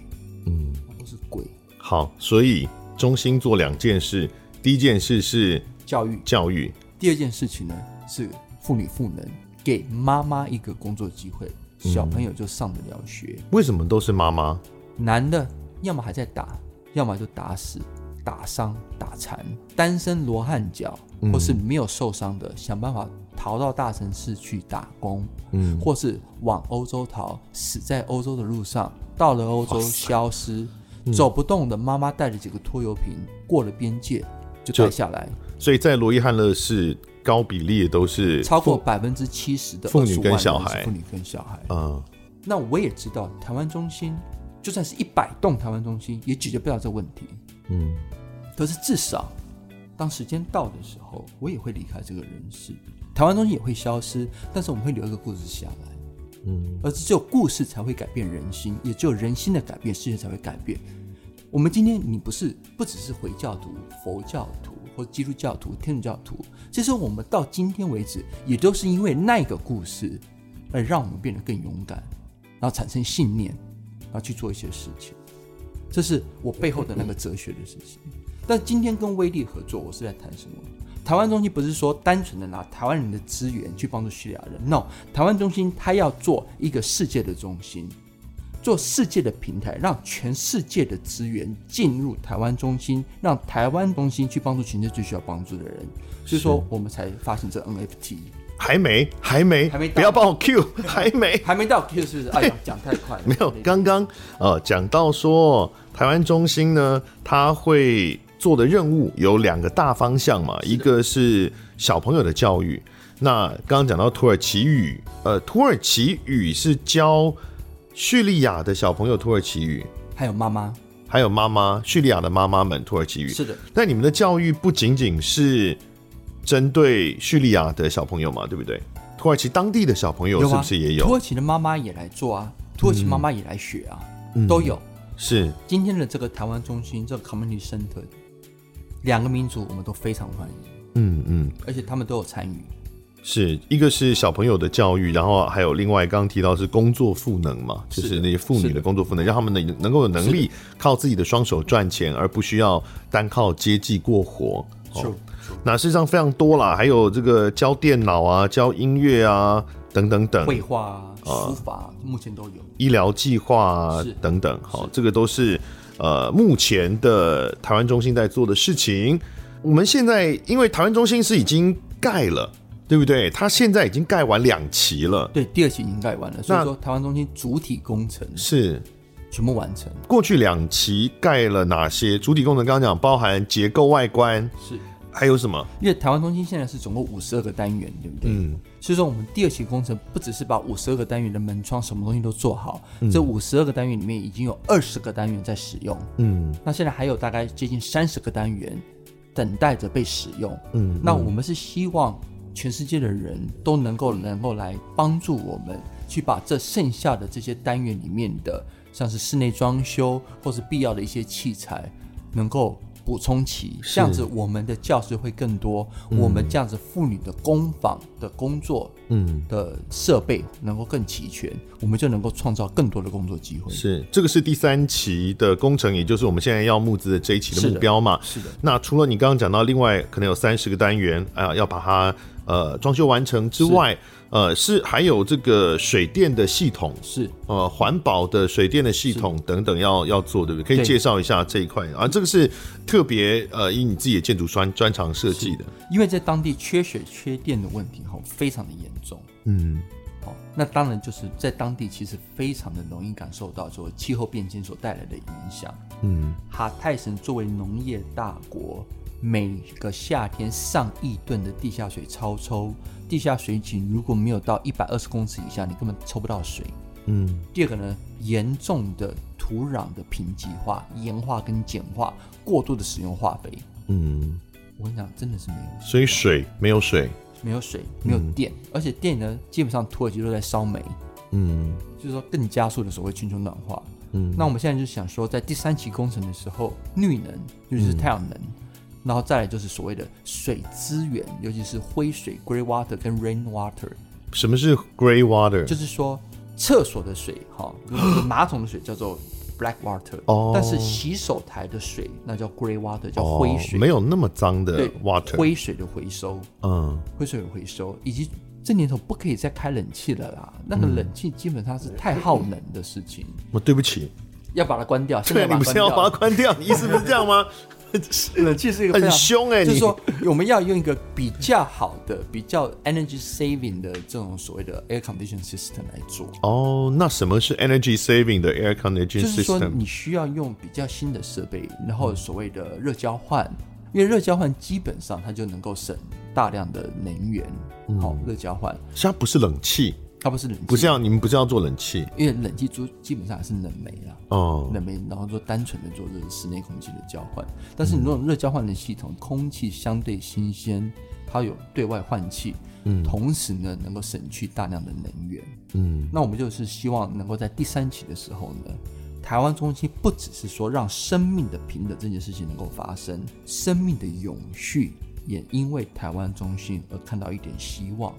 A: 嗯，
B: 都是鬼。
A: 好，所以中心做两件事，第一件事是
B: 教育
A: 教育，
B: 第二件事情呢是妇女赋能，给妈妈一个工作机会，
A: 嗯
B: 小朋友就上得了学。
A: 为什么都是妈妈？
B: 男的要么还在打，要么就打死、打伤、打残，单身罗汉脚，
A: 嗯
B: 或是没有受伤的，想办法逃到大城市去打工，
A: 嗯
B: 或是往欧洲逃，死在欧洲的路上，到了欧洲消失，
A: 嗯
B: 走不动的妈妈带着几个拖油瓶过了边界就
A: 就
B: 带下来，
A: 所以在罗伊汉勒市，高比例的都是
B: 超过百分之七十的
A: 妇女
B: 25
A: 跟
B: 万
A: 小
B: 人是
A: 孩
B: 妇女跟小孩。
A: 嗯
B: 那我也知道，台湾中心就算是一百栋台湾中心，也解决不了这问题。
A: 嗯
B: 可是至少，当时间到的时候，我也会离开这个人世，台湾中心也会消失，但是我们会留一个故事下来。
A: 嗯
B: 而只有故事才会改变人心，也只有人心的改变，世界才会改变。我们今天你不是不只是回教徒、佛教徒或基督教徒、天主教徒，其实我们到今天为止，也都是因为那个故事，而让我们变得更勇敢，然后产生信念，然后去做一些事情。这是我背后的那个哲学的事情。但今天跟威力合作，我是在谈什么？台湾中心不是说单纯的拿台湾人的资源去帮助叙利亚人，no，台湾中心它要做一个世界的中心，做世界的平台，让全世界的资源进入台湾中心，让台湾中心去帮助全世界最需要帮助的人。所以说，我们才发行这 NFT，
A: 还没，还没，
B: 还没到
A: 不要帮我 Q，还没。
B: 还没到 Q 是不是？哎呀，讲太快了，
A: 没有，刚刚呃讲到说台湾中心呢，它会做的任务有两个大方向嘛，一个是小朋友的教育。那刚刚讲到土耳其语，呃，土耳其语是教叙利亚的小朋友土耳其语，
B: 还有妈妈，
A: 还有妈妈叙利亚的妈妈们土耳其语。
B: 是的，
A: 那你们的教育不仅仅是针对叙利亚的小朋友嘛，对不对？土耳其当地的小朋友是
B: 啊，
A: 不是也
B: 土
A: 有？
B: 耳其的妈妈也来做啊，土耳其妈妈也来学啊，
A: 嗯
B: 都有。
A: 是
B: 今天的这个台湾中心，这个 community center，两个民族我们都非常欢迎，
A: 嗯嗯，
B: 而且他们都有参与。
A: 是一个是小朋友的教育，然后还有另外刚刚提到是工作赋能嘛，就是是
B: 的
A: 那些妇女
B: 是
A: 的
B: 的
A: 工作赋能，让他们能能够有能力靠自己的双手赚钱，而不需要单靠接济过活。哦
C: 就
A: 那事实上非常多啦，还有这个教电脑啊、教音乐啊等等等，
B: 绘画啊、书法
A: 哦
B: 啊，目前都有。
A: 医疗计划啊
B: 是
A: 等等，好，这个都是呃目前的台湾中心在做的事情。我们现在因为台湾中心是已经盖了，对不对？它现在已经盖完两期了，
B: 对，第二期已经盖完了，所以说台湾中心主体工程
A: 是
B: 全部完成。
A: 过去两期盖了哪些主体功能？刚刚讲包含结构外观，
B: 是，
A: 还有什么？
B: 因为台湾中心现在是总共五十二个单元，对不对？嗯。所以说，我们第二期工程不只是把五十二个单元的门窗什么东西都做好，这五十二个单元里面已经有二十个单元在使用，
A: 嗯，
B: 那现在还有大概接近三十个单元等待着被使用。嗯，那我们是希望全世界的人都能够能够来帮助我们，去把这剩下的这些单元里面的，像是室内装修或是必要的一些器材，能够。补充齐，这样子我们的教室会更多，我们这样子妇女的工坊的工作，嗯，的设备能够更齐全，我们就能够创造更多的工作机会。
A: 是这个是第三期的工程，也就是我们现在要募资的这一期的
B: 是
A: 目
B: 的
A: 标嘛？
B: 是的，
A: 那除了你刚刚讲到，另外可能有三十个单元啊、要把它呃装修完成之外，呃，是还有这个水电的系统，
B: 是
A: 呃，环保的水电的系统等等要要做，对不对？可以
B: 对
A: 介绍一下这一块啊，这个是特别呃以你自己的建筑专专长设计的，
B: 因为在当地缺水缺电的问题哈、非常的严重。
A: 嗯，
B: 哦，那当然就是在当地其实非常的容易感受到说气候变迁所带来的影响。
A: 嗯，
B: 哈泰省作为农业大国，每个夏天上亿吨的地下水超抽，地下水井如果没有到一百二十公尺以下，你根本抽不到水。
A: 嗯，
B: 第二个呢，严重的土壤的贫瘠化、盐化跟碱化，过度的使用化肥。
A: 嗯，
B: 我跟你讲，真的是没有
A: 所以水没有水，
B: 没有水，没有电，而且电呢，基本上土耳其都在烧煤，
A: 嗯
B: 就是说更加速的所谓全球暖化。
A: 嗯，
B: 那我们现在就想说，在第三期工程的时候，绿能，尤
A: 嗯
B: 其是太阳能，然后再来就是所谓的水资源，尤其是灰水 （grey water） 跟 rain water，
A: 什么是 grey water？
B: 就是说厕所的水哈，如果是马桶的水叫做 black water，、
A: 哦
B: 但是洗手台的水那叫 grey water，叫
A: 哦
B: 灰水，
A: 没有那么脏的
B: 对
A: water，
B: 灰水的回收。
A: 嗯，
B: 灰水回收，以及这年头不可以再开冷气了啦，那
A: 嗯
B: 个冷气基本上是太耗能的事情，
A: 我对不起，
B: 要把它关掉。现
A: 对
B: 在
A: 你
B: 把它
A: 不
B: 关
A: 是要把
B: 掉
A: 它。关掉，你意思不是这样吗？
B: 冷气是一个非常
A: 很凶欸
B: 就是
A: 你
B: 说我们要用一个比较好的、比较 energy saving 的这种所谓的 air condition system 来做。
A: 哦，那什么是 energy saving 的 air conditioning
B: 就是说
A: system？嗯
B: 你需要用比较新的设备，然后所谓的热交换，因为热交换基本上它就能够省大量的能源。好、热交换
A: 它不是冷气，
B: 它不是冷气，
A: 嗯不是要你们不是要做冷气
B: 因为冷气租基本上还是冷媒啦。
A: 哦，
B: 那边，然后做单纯的做这个室内空气的交换。但是你那种热交换的系统，空气相对新鲜，它有对外换气，嗯，同时呢能够省去大量的能源，
A: 嗯，
B: 那我们就是希望能够在第三期的时候呢。台湾中心不只是说让生命的平等这件事情能够发生，生命的永续也因为台湾中心而看到一点希望。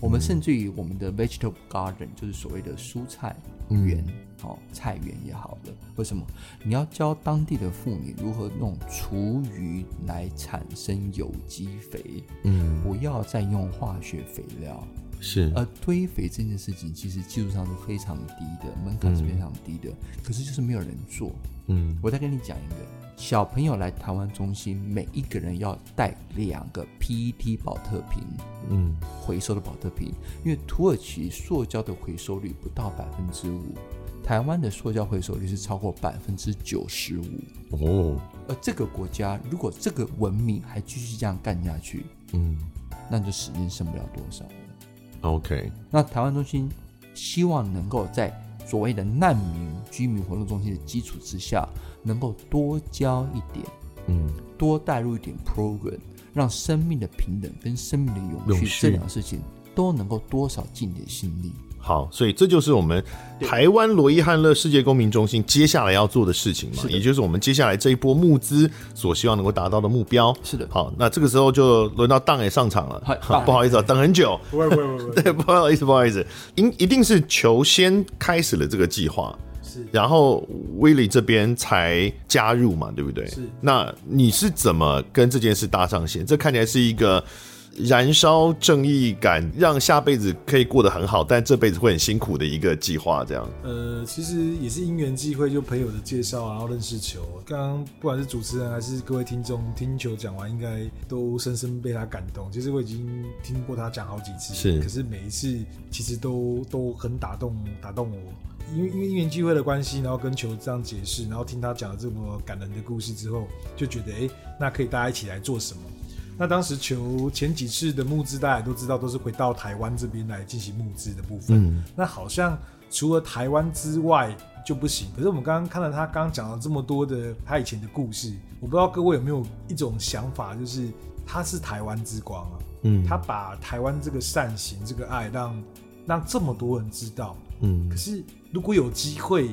B: 我们甚至于我们的 vegetable garden 就是所谓的蔬菜园，哦，菜园也好了。为什么？你要教当地的妇女如何弄厨余来产生有机肥，嗯，不要再用化学肥料。
A: 是
B: 而堆肥这件事情，其实技术上是非常低的，门槛是非常低的，可是就是没有人做。
A: 嗯，
B: 我再跟你讲一个，小朋友来台湾中心，每一个人要带两个 PET 保特瓶，
A: 嗯，
B: 回收的保特瓶，因为土耳其塑胶的回收率不到百分之五，台湾的塑胶回收率是超过百分之九十五。
A: 哦，
B: 而这个国家如果这个文明还继续这样干下去，
A: 嗯
B: 那你就时间剩不了多少了。
A: ，OK，
B: 那台湾中心希望能够在所谓的难民居民活动中心的基础之下，能够多教一点，
A: 嗯，
B: 多带入一点 program，让生命的平等跟生命的
A: 永
B: 永续
A: 续
B: 这两个事情都能够多少尽点心力。
A: 好，所以这就是我们台湾罗伊汉勒世界公民中心接下来要做的事情嘛，也就是我们接下来这一波募资所希望能够达到的目标。
B: 是的
A: 好，那这个时候就轮到档也上场了
B: 嗨，
A: 哈
B: 档
A: 不好意思啊，等很久。
C: 不会不会不会，
A: 对，不好意思，不好意思，一一定是球先开始了这个计划，
C: 是
A: 然后威利这边才加入嘛，对不对？
C: 是
A: 那你是怎么跟这件事搭上线？这看起来是一个燃烧正义感，让下辈子可以过得很好，但这辈子会很辛苦的一个计划。这样，
C: 呃，其实也是因缘际会，就朋友的介绍，啊然后认识球。刚刚不管是主持人还是各位听众，听球讲完，应该都深深被他感动。其实我已经听过他讲好几次，
A: 是
C: 可是每一次其实都都很打动打动我。因为因为因缘际会的关系，然后跟球这样解释，然后听他讲了这么感人的故事之后，就觉得哎、诶那可以大家一起来做什么？那当时球前几次的募资，大家也都知道，都是回到台湾这边来进行募资的部分。
A: 嗯
C: 那好像除了台湾之外就不行。可是我们刚刚看了他刚刚讲了这么多的他以前的故事，我不知道各位有没有一种想法，就是他是台湾之光啊，
A: 嗯
C: 他把台湾这个善行、这个爱让让这么多人知道。
A: 嗯
C: 可是如果有机会，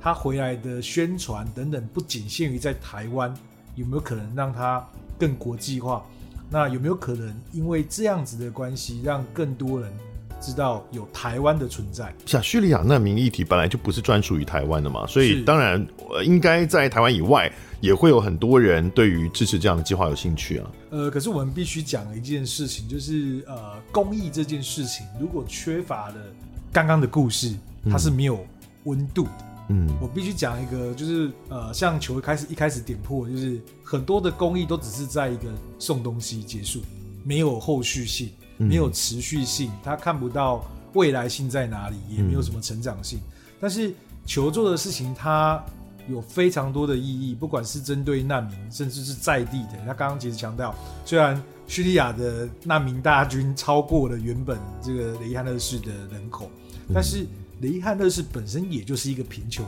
C: 他回来的宣传等等，不仅限于在台湾，有没有可能让他更国际化？那有没有可能因为这样子的关系，让更多人知道有台湾的存在？
A: 像叙利亚难民议题本来就不是专属于台湾的嘛，所以
C: 是
A: 当然、呃应该在台湾以外也会有很多人对于支持这样的计划有兴趣啊。
C: 呃，可是我们必须讲一件事情，就是呃，公益这件事情，如果缺乏了刚刚的故事，它是没有温度的。
A: 嗯
C: 我必须讲一个，就是呃，像球开始一开始点破，就是很多的公益都只是在一个送东西结束，没有后续性，
A: 嗯
C: 没有持续性，他看不到未来性在哪里，也没有什么成长性。但是球做的事情，它有非常多的意义，不管是针对难民，甚至是在地的。他刚刚其实强调，虽然叙利亚的难民大军超过了原本这个雷伊汉勒市的人口，但是雷伊汉勒市本身也就是一个贫穷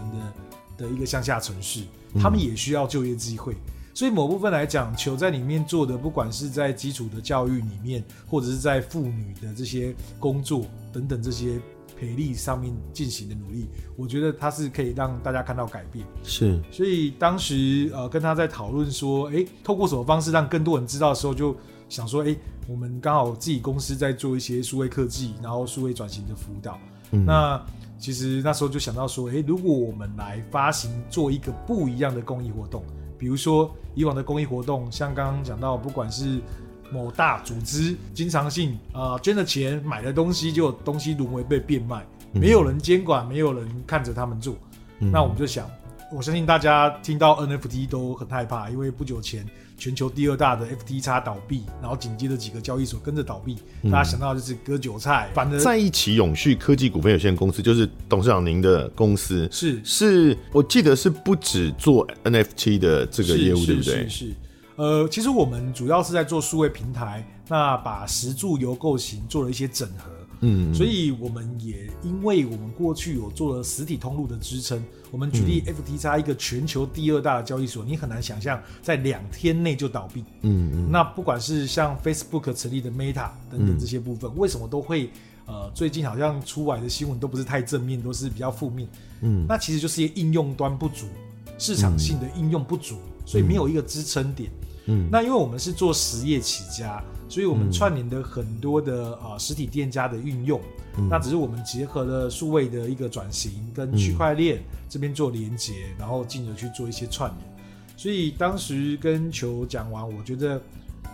C: 的的一个乡下城市，他们也需要就业机会。所以某部分来讲，球在里面做的，不管是在基础的教育里面，或者是在妇女的这些工作等等这些培力上面进行的努力，我觉得它是可以让大家看到改变。
A: 是
C: 所以当时呃跟他在讨论说，诶，透过什么方式让更多人知道的时候，就想说，诶，我们刚好自己公司在做一些数位科技，然后数位转型的辅导。
A: 嗯
C: 那其实那时候就想到说，诶，如果我们来发行做一个不一样的公益活动，比如说以往的公益活动，像刚刚讲到，不管是某大组织经常性呃捐了钱买了东西，结果东西沦为被变卖，没有人监管，没有人看着他们做。那我们就想，我相信大家听到 NFT 都很害怕，因为不久前全球第二大的 FTX 倒闭，然后紧接着几个交易所跟着倒闭，大家想到就是割韭菜，反而
A: 在一起永续科技股份有限公司，就是董事长您的公司，
C: 是
A: 是我记得是不止做 NFT 的这个
C: 是
A: 业务，
C: 是
A: 对不
C: 是
A: 对？
C: 是。呃，其实我们主要是在做数位平台，那把实柱邮购型做了一些整合。
A: 嗯，
C: 所以我们也因为我们过去有做了实体通路的支撑，我们举
A: 嗯
C: 例 FTX 一个全球第二大的交易所，你很难想象在两天内就倒闭。
A: 嗯嗯，
C: 那不管是像 Facebook 成立的 Meta 等等这些部分，
A: 嗯
C: 为什么都会呃最近好像出来的新闻都不是太正面，都是比较负面？
A: 嗯，
C: 那其实就是一些应用端不足，市场性的应用不足，所以没有一个支撑点。
A: 嗯
C: 那因为我们是做实业起家，所以我们串联的很多的啊、呃实体店家的运用，
A: 嗯
C: 那只是我们结合了数位的一个转型跟区块链
A: 嗯
C: 这边做连接，然后进而去做一些串联。所以当时跟球讲完，我觉得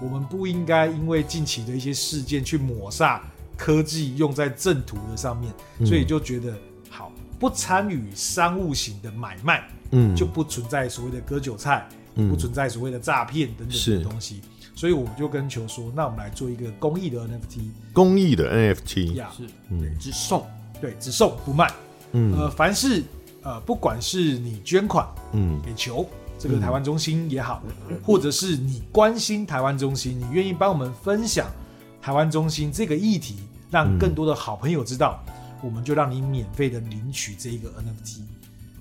C: 我们不应该因为近期的一些事件去抹煞科技用在正途的上面，
A: 嗯
C: 所以就觉得好不参与商务型的买卖，
A: 嗯
C: 就不存在所谓的割韭菜，
A: 嗯
C: 不存在所谓的诈骗等等
A: 是
C: 的东西。所以我就跟球说，那我们来做一个公益的 NFT
A: 公
C: 啊
A: 益的 NFT，
C: 呀，
B: 是，只送
C: 对，只送不卖。
A: 嗯
C: 呃，凡是呃，不管是你捐款
A: 嗯
C: 给球这个台湾中心也好，或者是你关心台湾中心，你愿意帮我们分享台湾中心这个议题，让
A: 嗯
C: 更多的好朋友知道，我们就让你免费的领取这一个 NFT。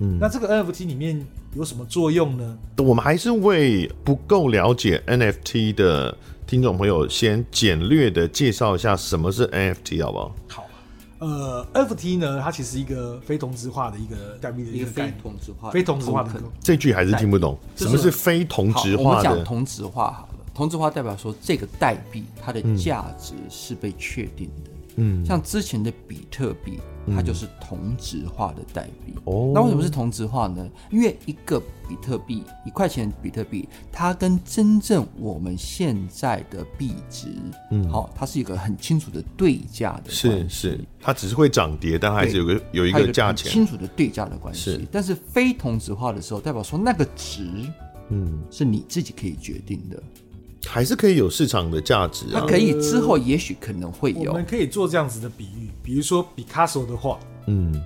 A: 嗯，
C: 那这个 NFT 里面有什么作用呢？
A: 我们还是为不够了解 NFT 的听众朋友，先简略的介绍一下什么是 NFT，好不好？
C: 好，呃，NFT 呢，它其实一个非同质化的一个代币的
B: 一
C: 一
B: 个
C: 个
B: 非
C: 概念。
B: 同质化，
C: 非同质化的
B: token
A: 这句还是听不懂，什么是非同
B: 好
A: 质
B: 我
A: 化
B: 们讲
A: 的？
B: 同质化好了，同质化代表说这个代币它的价值是被确定的。
A: 嗯，
B: 像之前的比特币，它就是同质化的代币。
A: 哦
B: 那为什么是同质化呢？因为一个比特币，一块钱比特币，它跟真正我们现在的币值，嗯，好、它是一个很清楚的对价的关
A: 是
B: 系
A: 是，它只是会涨跌，但它还是有个有一
B: 它有
A: 个价
B: 很
A: 钱。
B: 清楚的对价的关
A: 是
B: 系。但是非同质化的时候，代表说那个值
A: 嗯，
B: 是你自己可以决定的。
A: 还是可以有市场的价值
B: 它
A: 啊。
B: 可以之后也许可能会
C: 我
B: 有
C: 们，可以做这样子的比喻，比如说 Picasso 的画，
A: 嗯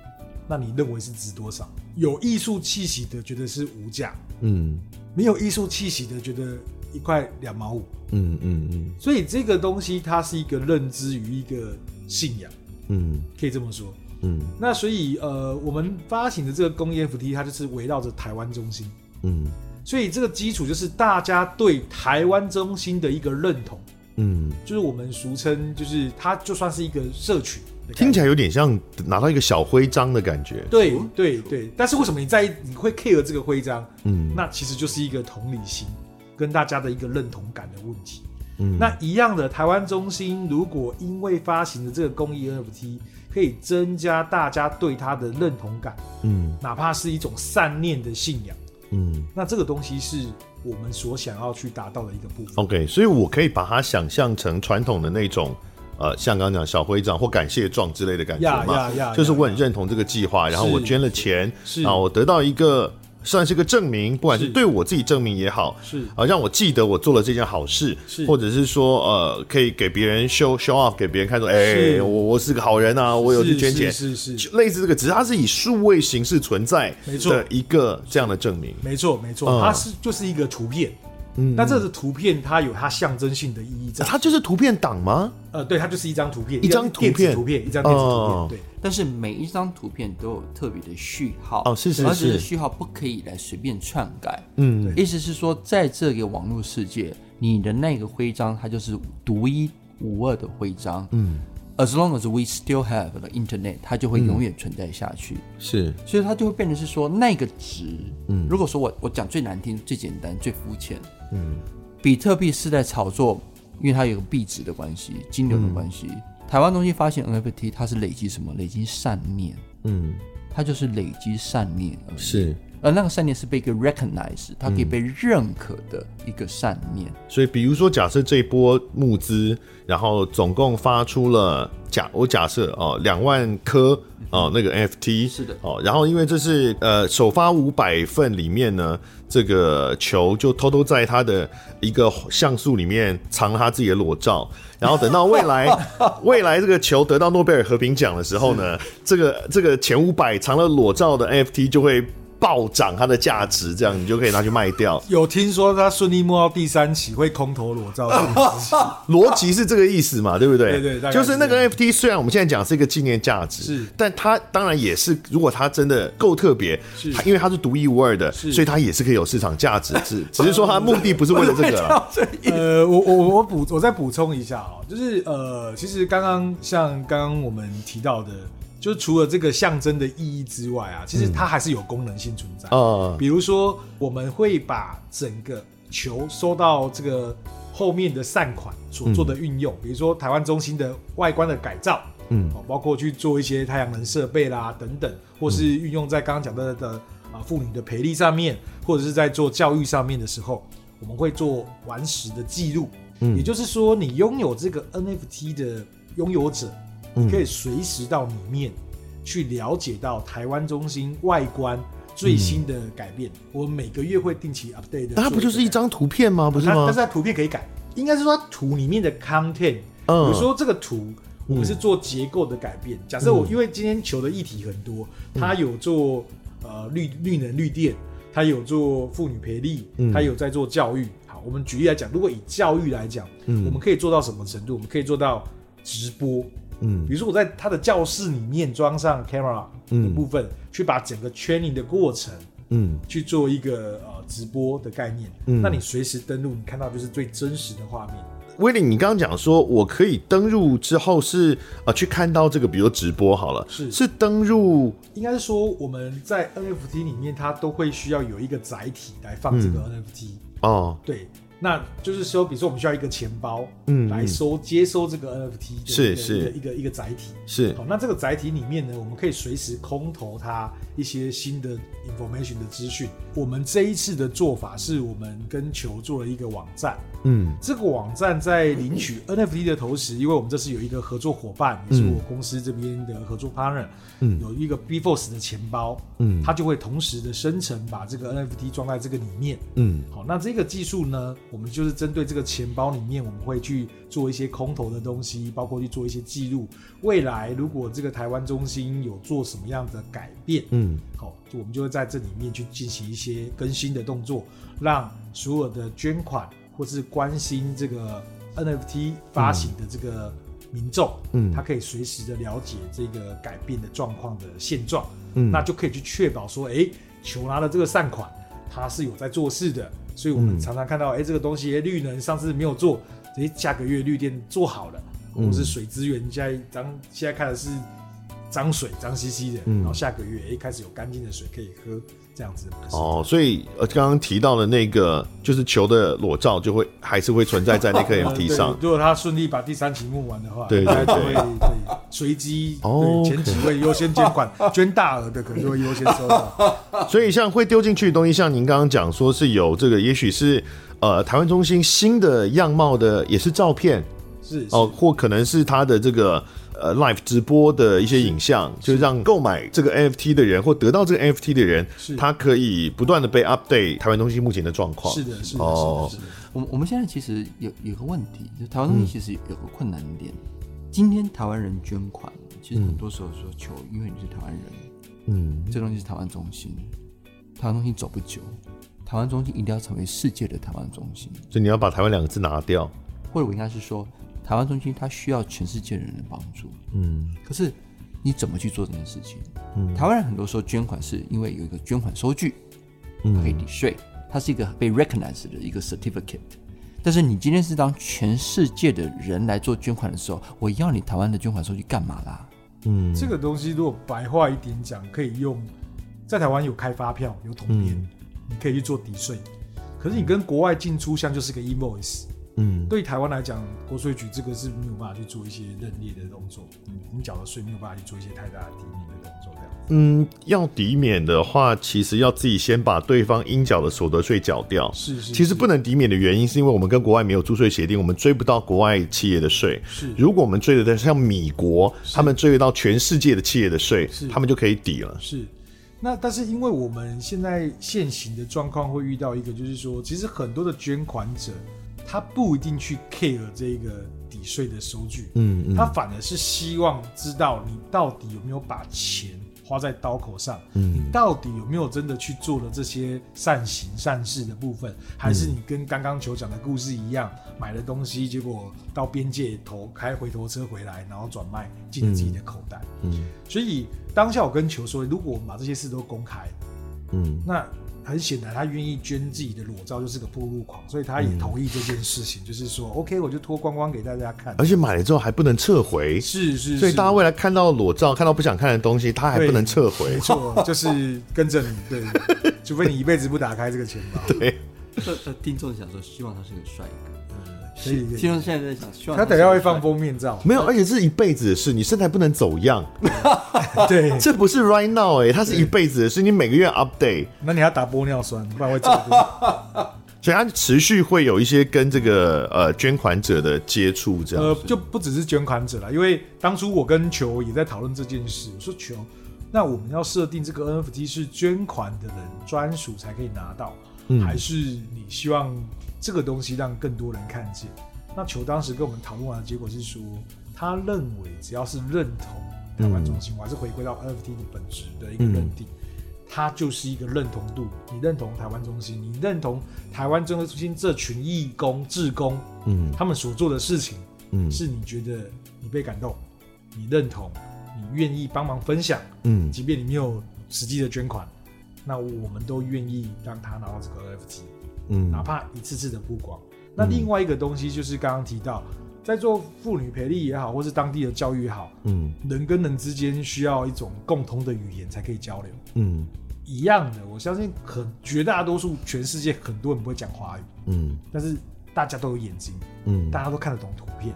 C: 那你认为是值多少？有艺术气息的觉得是无价，
A: 嗯
C: 没有艺术气息的觉得一块两毛五。
A: 嗯嗯嗯
C: 所以这个东西它是一个认知与一个信仰，
A: 嗯
C: 可以这么说。
A: 嗯
C: 那所以呃，我们发行的这个公益 FT，它就是围绕着台湾中心，
A: 嗯
C: 所以这个基础就是大家对台湾中心的一个认同，
A: 嗯，
C: 就是我们俗称就是它就算是一个社群的概念。
A: 听起来有点像拿到一个小徽章的感觉。
C: 对对对，但是为什么你在意你会 care 这个徽章？
A: 嗯
C: 那其实就是一个同理心跟大家的一个认同感的问题。
A: 嗯
C: 那一样的，台湾中心如果因为发行的这个公益 NFT，可以增加大家对它的认同感，
A: 嗯
C: 哪怕是一种善念的信仰，
A: 嗯。
C: 那这个东西是我们所想要去达到的一个部分。
A: OK，所以我可以把它想象成传统的那种，呃，像刚刚讲小徽章或感谢状之类的感觉
C: 呀
A: 嘛
C: 呀呀
A: 就是
C: 呀
A: 我很
C: 呀
A: 认同这个计划，然后
C: 是
A: 我捐了钱，
C: 是
A: 啊，我得到一个算是个证明，不管是
C: 是
A: 对我自己证明也好，
C: 是
A: 啊，让我记得我做了这件好事，
C: 是
A: 或者是说呃，可以给别人 show show off，给别人看说，哎、
C: 是
A: 我我是个好人啊，我有去
C: 是
A: 捐钱，
C: 是是是，
A: 就类似这个，只是它是以数位形式存在
C: 没错
A: 的一个这样的证明。
C: 没错没错，
A: 嗯
C: 它是就是一个图片。嗯，那这个图片它有它象征性的意义在，
A: 它就是图片档吗？
C: 呃，对，它就是一张图片，
A: 一张
C: 个电子
A: 图片
C: 图片，一张电子
A: 哦
C: 图片，对，
B: 但是每一张图片都有特别的序号
A: 哦是是
B: 而这
A: 是
B: 个序号不可以来随便篡改。
A: 嗯，
B: 意思是说，在这个网络世界，你的那个徽章它就是独一无二的徽章。嗯，as long as we still have the internet，它就会永远存在下去。
A: 是，
B: 所以它就会变成是说那个值，嗯，如果说我我讲最难听、最简单、最肤浅，嗯，比特币是在炒作，因为它有个币值的关系、金流的关系。台湾东西发现 NFT，它是累积什么？累积善念，
A: 嗯，
B: 它就是累积善念而已。
A: 是。
B: 而那个善念是被一个 recognize，它可以被认可的一个善念。
A: 所以，比如说，假设这一波募资，然后总共发出了假我假设哦两万颗哦那个 FT
B: 嗯是的
A: 哦，然后因为这是呃首发五百份里面呢，这个球就偷偷在他的一个像素里面藏了他自己的裸照，然后等到未 来未来这个球得到诺贝尔和平奖的时候呢，这个这个前五百藏了裸照的 FT 就会暴涨它的价值，这样你就可以拿去卖掉。
C: 有听说他顺利摸到第三期会空头裸照这件 事情，
A: 逻辑是这个意思嘛，对不对？
C: 啊对对大概
A: 就是那个
C: 是
A: NFT，虽然我们现在讲是一个纪念价值，
C: 是
A: 但它当然也是，如果它真的够特别，
C: 是
A: 它因为它是独一无二的，
C: 是
A: 所以它也是可以有市场价值，只只是说它目的不是为 了这个啦。
C: 呃，我我我补我再补充一下哦，就是呃，其实刚刚像刚刚我们提到的，就除了这个象征的意义之外啊，
A: 嗯
C: 其实它还是有功能性存在。
A: 啊，
C: 比如说，我们会把整个球收到这个后面的善款所做的运用，比如说台湾中心的外观的改造，
A: 嗯
C: 哦，包括去做一些太阳能设备啦等等，或
A: 嗯
C: 是运用在刚刚讲到的啊妇女的培力上面，或者是在做教育上面的时候，我们会做完时的记录。
A: 嗯
C: 也就是说，你拥有这个 NFT 的拥有者，你可以随时到里面去了解到台湾中心外观最新的改变。我们每个月会定期 update 的。
A: 嗯那它不就是一？张图片吗？不是
C: 它啊但
A: 吗
C: 是？它图片可以改，应该是说它图里面的 content，、
A: 嗯
C: 比如说这个图。
A: 嗯
C: 我们是做结构的改变。假设我因为今天球的议题很多，它有做呃绿绿能绿电，它有做妇女培力，
A: 嗯
C: 它有在做教育。好，我们举例来讲，如果以教育来讲，我们可以做到什么程度？我们可以做到直播，
A: 嗯
C: 比如说我在他的教室里面装上 camera 的
A: 嗯
C: 部分，去把整个 training 的过程
A: 嗯
C: 去做一个呃直播的概念。
A: 嗯
C: 那你随时登录，你看到就是最真实的画面。
A: 威廉，你刚刚讲说我可以登入之后是啊、呃去看到这个，比如直播好了，
C: 是
A: 是登入
C: 应该是说我们在 NFT 里面，它都会需要有一个载体来放这
A: 嗯
C: 个 NFT、
A: 哦，
C: 对，那就是说，比如说我们需要一个钱包，
A: 嗯
C: 来收接收这个 NFT 的
A: 是
C: 一个
A: 是
C: 一个一个一个载体。
A: 是
C: 好，那这个载体里面呢，我们可以随时空投它一些新的 information 的资讯。我们这一次的做法是我们跟球做了一个网站，
A: 嗯
C: 这个网站在领 取 NFT 的同时，因为我们这次有一个合作伙伴，也是我公司这边的合作 partner，、
A: 嗯
C: 有一个 b f o r c e 的钱包，
A: 嗯
C: 它就会同时的生成把这个 NFT 装在这个里面。
A: 嗯
C: 好，那这个技术呢，我们就是针对这个钱包里面，我们会去做一些空投的东西，包括去做一些记录。未来如果这个台湾中心有做什么样的改变，
A: 嗯
C: 好，就我们就会在这里面去进行一些更新的动作，让所有的捐款或是关心这个 NFT 发行的这个民众，
A: 嗯
C: 他可以随时的了解这个改变的状况的现状，
A: 嗯
C: 那就可以去确保说，诶，球拿了这个善款，他是有在做事的，所以我们
A: 嗯
C: 常常看到，诶，哎这个东西诶绿能上次没有做，诶，下个月绿电做好了，
A: 嗯
C: 或者是水资源现在当现在看的是脏水脏兮兮的，
A: 嗯
C: 然后下个月诶哎开始有干净的水可以喝，这样子的模式。
A: 哦，所以呃，刚刚提到的那个就是球的裸照，就会还是会存在在那颗
C: 呃
A: NFT
C: 对
A: 上。
C: 如果他顺利把第三期募完的话，
A: 对对
C: 应该就会
A: 对
C: 对随机
A: 哦
C: 对前几位优先捐 款，捐大额的可能就会优先收到。
A: 哦所以像会丢进去的东西，像您刚刚讲说是有这个，也许是呃台湾中心新的样貌的，也是照片
C: 是是
A: 哦，或可能是它的这个呃 live 直播的一些影像，就让购买这个 NFT 的人或得到这个 NFT 的人
C: 是，
A: 他可以不断的被 update 台湾中心目前的状况。
C: 是的，是的，是
A: 哦
C: 的，是的。
B: 我们我们现在其实有有个问题，就台湾东西其实有个困难点。今天台湾人捐款，其实很多时候说求，因为你是台湾人，
A: 嗯
B: 这东西是台湾中心，台湾中心走不久，台湾中心一定要成为世界的台湾中心，
A: 所以你要把台湾两个字拿掉。
B: 或者我应该是说，台湾中心它需要全世界人的帮助。
A: 嗯
B: 可是你怎么去做这件事情？台湾人很多时候捐款是因为有一个捐款收据，它可以抵税，它是一个被 recognize 的一个 certificate。但是你今天是当全世界的人来做捐款的时候，我要你台湾的捐款收据干嘛啦？
A: 嗯
C: 这个东西如果白话一点讲，可以用在台湾有开发票，有统编，
A: 嗯
C: 你可以去做抵税。可是你跟国外进出像就是个 invoice，
A: 嗯
C: 对于台湾来讲，国税局这个是没有办法去做一些认列的动作，你你缴的税没有办法去做一些太大的抵免的动作，这样子。
A: 嗯，要抵免的话，其实要自己先把对方应缴的所得税缴掉。
C: 是是，
A: 其实不能抵免的原因，是因为我们跟国外没有租税协定，我们追不到国外企业的税。
C: 是
A: 如果我们追得到像米国，他们追得到全世界的企业的税
C: 是，
A: 他们就可以抵了。
C: 是，那但是因为我们现在现行的状况会遇到一个，就是说，其实很多的捐款者他不一定去 care 这个抵税的收据，
A: 嗯
C: 他反而是希望知道你到底有没有把钱花在刀口上，
A: 嗯
C: 你到底有没有真的去做了这些善行善事的部分，还是你跟刚刚球讲的故事一样，买了东西结果到边界头开回头车回来，然后转卖进了自己的口袋。
A: 嗯
C: 所以当下我跟球说，如果我们把这些事都公开，
A: 嗯
C: 那很显然他愿意捐自己的裸照，就是个暴露狂，所以他
A: 嗯
C: 也同意这件事情，就是说 OK，我就脱光光给大家看。
A: 而且买了之后还不能撤回，
C: 是是，
A: 所以大家
C: 是
A: 未来看到裸照、看到不想看的东西，他还不能撤回
C: 没。错，就是跟着你， 对，除非你一辈子不打开这个钱包。
A: 对，。
B: 这这听众想说，希望他是个帅哥。
C: 可以可以，
B: 听众现在在想，希望
C: 他等一下会放封面照
A: 没有，而且是一辈子的事，你身材不能走样，
C: 对，
A: 这不是 right now 哎、它是一辈子的事，你每个月 update。
C: 那你要打玻尿酸，不然会走光。
A: 所以它持续会有一些跟这个呃捐款者的接触，这样。
C: 呃，就不只是捐款者啦，因为当初我跟球也在讨论这件事，我说球，那我们要设定这个 NFT 是捐款的人专属才可以拿到，
A: 嗯
C: 还是你希望这个东西让更多人看见？那球当时跟我们讨论完的结果是说，他认
A: 嗯
C: 为只要是认同台湾中心，我还是回归到 NFT 的本质的一个认定，它就是一个认同度，你认同台湾中心，你认同台湾中心这群义工、志工，
A: 嗯
C: 他们所做的事情，
A: 嗯
C: 是你觉得你被感动，你认同，你愿意帮忙分享，
A: 嗯
C: 即便你没有实际的捐款，那我们都愿意让他拿到这个 NFT，
A: 嗯
C: 哪怕一次次的曝光。那另外一个东西就是刚刚提到，在做妇女培力也好，或是当地的教育也好，
A: 嗯
C: 人跟人之间需要一种共同的语言才可以交流。
A: 嗯
C: 一样的，我相信很绝大多数全世界很多人不会讲华语，
A: 嗯
C: 但是大家都有眼睛，
A: 嗯，
C: 大家都看得懂图片，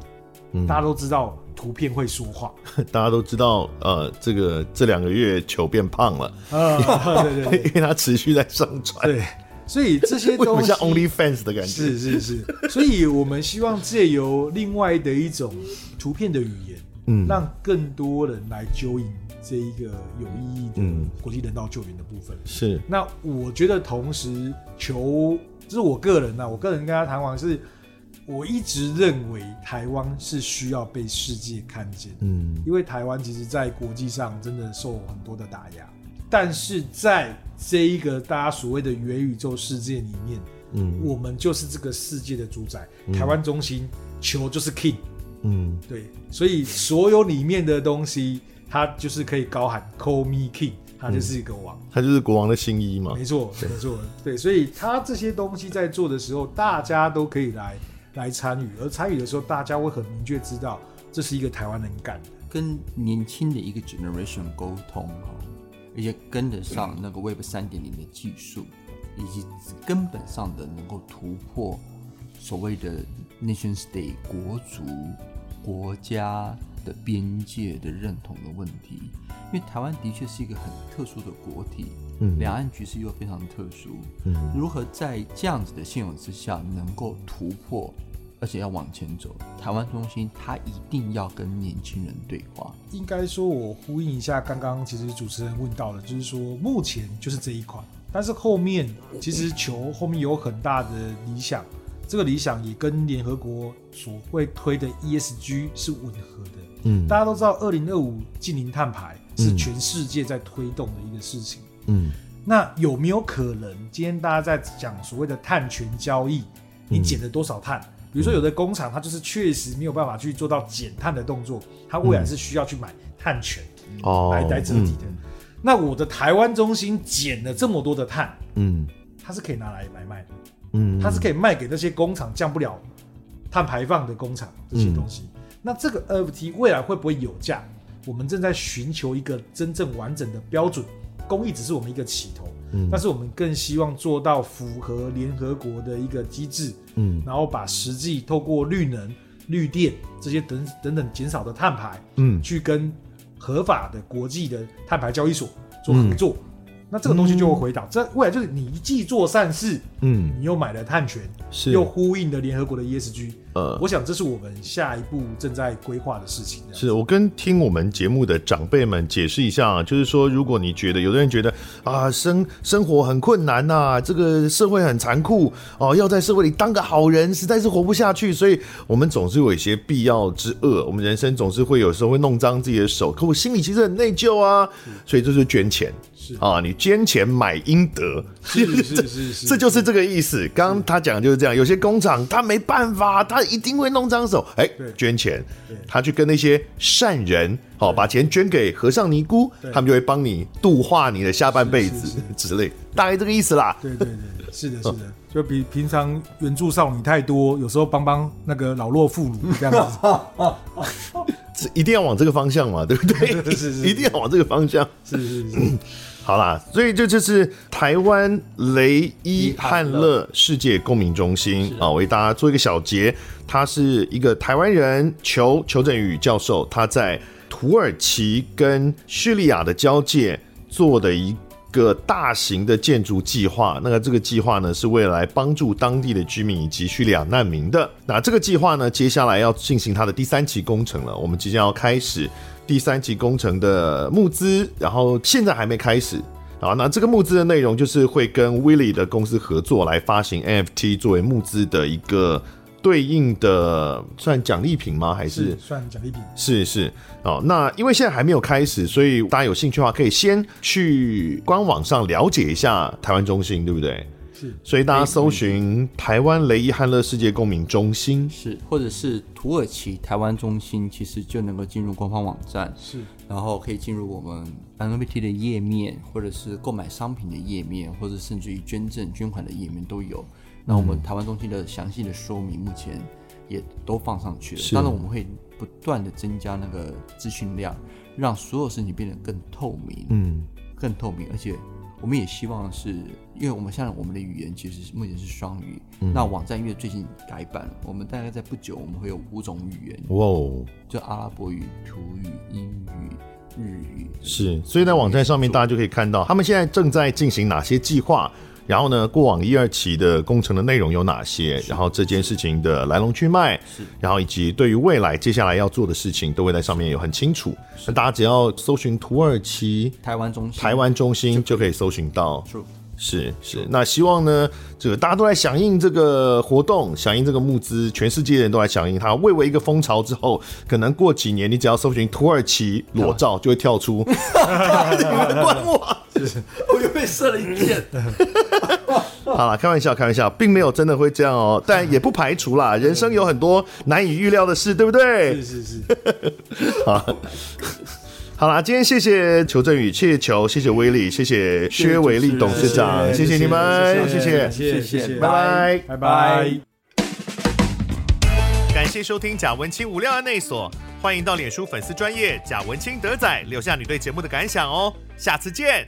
A: 嗯
C: 大家都知道图片会说话。
A: 大家都知道，呃，这个这两个月球变胖了，
C: 啊，对对
A: 因
C: 对
A: 为它持续在上传，
C: 对，所以这些
A: 为什
C: 东
A: 么
C: 西
A: 像 OnlyFans 的感觉？
C: 是是是，所以我们希望借由另外的一种图片的语言，
A: 嗯
C: 让更多人来揪引这一个有意义的
A: 嗯
C: 国际人道救援的部分。
A: 是，
C: 那我觉得同时求，这是我个人呐、啊我个人跟他谈完是，我一直认为台湾是需要被世界看见的，
A: 嗯
C: 因为台湾其实在国际上真的受很多的打压，但是在这一个大家所谓的元宇宙世界里面，
A: 嗯
C: 我们就是这个世界的主宰，台湾中心球就是 king，
A: 嗯
C: 对，所以所有里面的东西，它就是可以高喊 call me king，它就是一个王。
A: 它就是国王的新衣嘛
C: 没。错，没错，对，所以他这些东西在做的时候，大家都可以来来参与，而参与的时候，大家会很明确知道这是一个台湾人干的。
B: 跟年轻的一个 generation 沟通哦，而且跟得上那个 Web 三点零的技术，以及根本上的能够突破所谓的 nation state 国族国家的边界的认同的问题。因为台湾的确是一个很特殊的国体，
A: 嗯
B: 两岸局势又非常特殊，
A: 嗯
B: 如何在这样子的现有之下能够突破，而且要往前走？台湾中心它一定要跟年轻人对话。
C: 应该说，我呼应一下刚刚其实主持人问到的，就是说目前就是这一款，但是后面其实球后面有很大的理想，这个理想也跟联合国所会推的 ESG 是吻合的。
A: 嗯
C: 大家都知道，二零二五近零碳排是全世界在推动的一个事情。
A: 嗯
C: 那有没有可能，今天大家在讲所谓的碳权交易，你减了多少碳？比如说，有的工厂它就是确实没有办法去做到减碳的动作，它未来是需要去买碳权
A: 哦，
C: 来来折抵的。那我的台湾中心减了这么多的碳，
A: 嗯
C: 它是可以拿来买卖的，
A: 嗯，
C: 它是可以卖给那些工厂降不了碳排放的工厂这些东
A: 嗯
C: 西。那这个 NFT 未来会不会有价？我们正在寻求一个真正完整的标准，公益只是我们一个起头，
A: 嗯
C: 但是我们更希望做到符合联合国的一个机制，
A: 嗯
C: 然后把实际透过绿能、绿电这些等等等减少的碳排，
A: 嗯
C: 去跟合法的国际的碳排交易所做合作。
A: 嗯
C: 那这个东西就会回到，这未来就是你既做善事，
A: 嗯
C: 你又买了碳权，
A: 是
C: 又呼应了联合国的 ESG。
A: 呃
C: 我想这是我们下一步正在规划的事情。这样
A: 是我跟听我们节目的长辈们解释一下、啊，就是说，如果你觉得有的人觉得啊，生生活很困难呐、这个社会很残酷哦，要在社会里当个好人实在是活不下去，所以我们总是有一些必要之恶，我们人生总是会有时候会弄脏自己的手，可我心里其实很内疚啊，所以就是捐钱
C: 是
A: 啊，你捐钱买阴德，
C: 是是是 是，
A: 这就是这个意思。刚
C: 嗯
A: 刚他讲的就是这样，有些工厂他没办法，他一定会弄脏手，哎
C: 对，
A: 捐钱
C: 对，
A: 他去跟那些善人，好、把钱捐给和尚尼姑，
C: 对
A: 他们就会帮你度化你的下半辈
C: 是
A: 子之类，大概这个意思啦。
C: 对对对，是的，是的，就比平常援助少女太多，有时候帮帮那个老弱妇孺这样 子。
A: 这一定要往这个方向嘛，对不对？
C: 是是 是
A: 一定要往这个方向。
C: 是是是，
A: 好啦，所以这就是台湾雷伊汉
B: 汉
A: 勒世界公民中心啊，为大家做一个小结。他是一个台湾人，裘裘振宇教授，他在土耳其跟叙利亚的交界做的一个大型的建筑计划。那个这个计划呢，是为了来帮助当地的居民以及叙利亚难民的。那这个计划呢，接下来要进行它的第三期工程了，我们即将要开始。第三期工程的募资，然后现在还没开始。啊，那这个募资的内容就是会跟 Willy 的公司合作来发行 NFT 作为募资的一个对应的算奖励品吗？还是
C: 算奖励品。
A: 是是哦，那因为现在还没有开始，所以大家有兴趣的话，可以先去官网上了解一下台湾中心，对不对？
C: 是
A: 所以大家搜寻台湾雷伊汉勒世界公民中心，
B: 是，或者是土耳其台湾中心，其实就能够进入官方网站，
C: 是
B: 然后可以进入我们 LGBT 的页面，或者是购买商品的页面，或者甚至于捐赠捐款的页面都有。
A: 嗯
B: 那我们台湾中心的详细的说明目前也都放上去了。
A: 是
B: 当然，我们会不断的增加那个资讯量，让所有事情变得更透明，
A: 嗯，
B: 更透明，而且。我们也希望是，因为我们像我们的语言其实是目前是双语，
A: 嗯
B: 那网站因为最近改版，我们大概在不久我们会有五种语言，
A: 哇哦，
B: 就阿拉伯语、土语、英语、日语，
A: 是，所以在网站上面大家就可以看到他们现在正在进行哪些计划，然后呢，过往一二期的工程的内容有哪些，然后这件事情的来龙去脉，然后以及对于未来接下来要做的事情，都会在上面有很清楚。那大家只要搜寻土耳其
B: 台湾中心，
A: 台湾中心就可以搜寻到。
B: True
A: 是是，那希望呢，这个大家都来响应这个活动，响应这个募资，全世界的人都来响应它。蔚为一个风潮之后，可能过几年，你只要搜寻土耳其裸照，就会跳出你们管 我。
B: 我又被射了一箭。
A: 好了，开玩笑，开玩笑，并没有真的会这样哦，但也不排除啦，人生有很多难以预料的事，对不对？
C: 是是是，
A: 好啦，今天谢谢裘振宇，谢谢裘，谢谢威力，谢谢薛伟力董事长，谢
C: 谢
A: 谢
C: 谢
A: 你们，
C: 谢
A: 谢
C: 谢
A: 谢。
C: 谢
B: 谢
C: 谢
B: 谢，
A: 拜拜
C: 拜拜。
A: 感谢收听贾文清无料案内所，欢迎到脸书粉丝专业贾文清德仔留下你对节目的感想哦，下次见。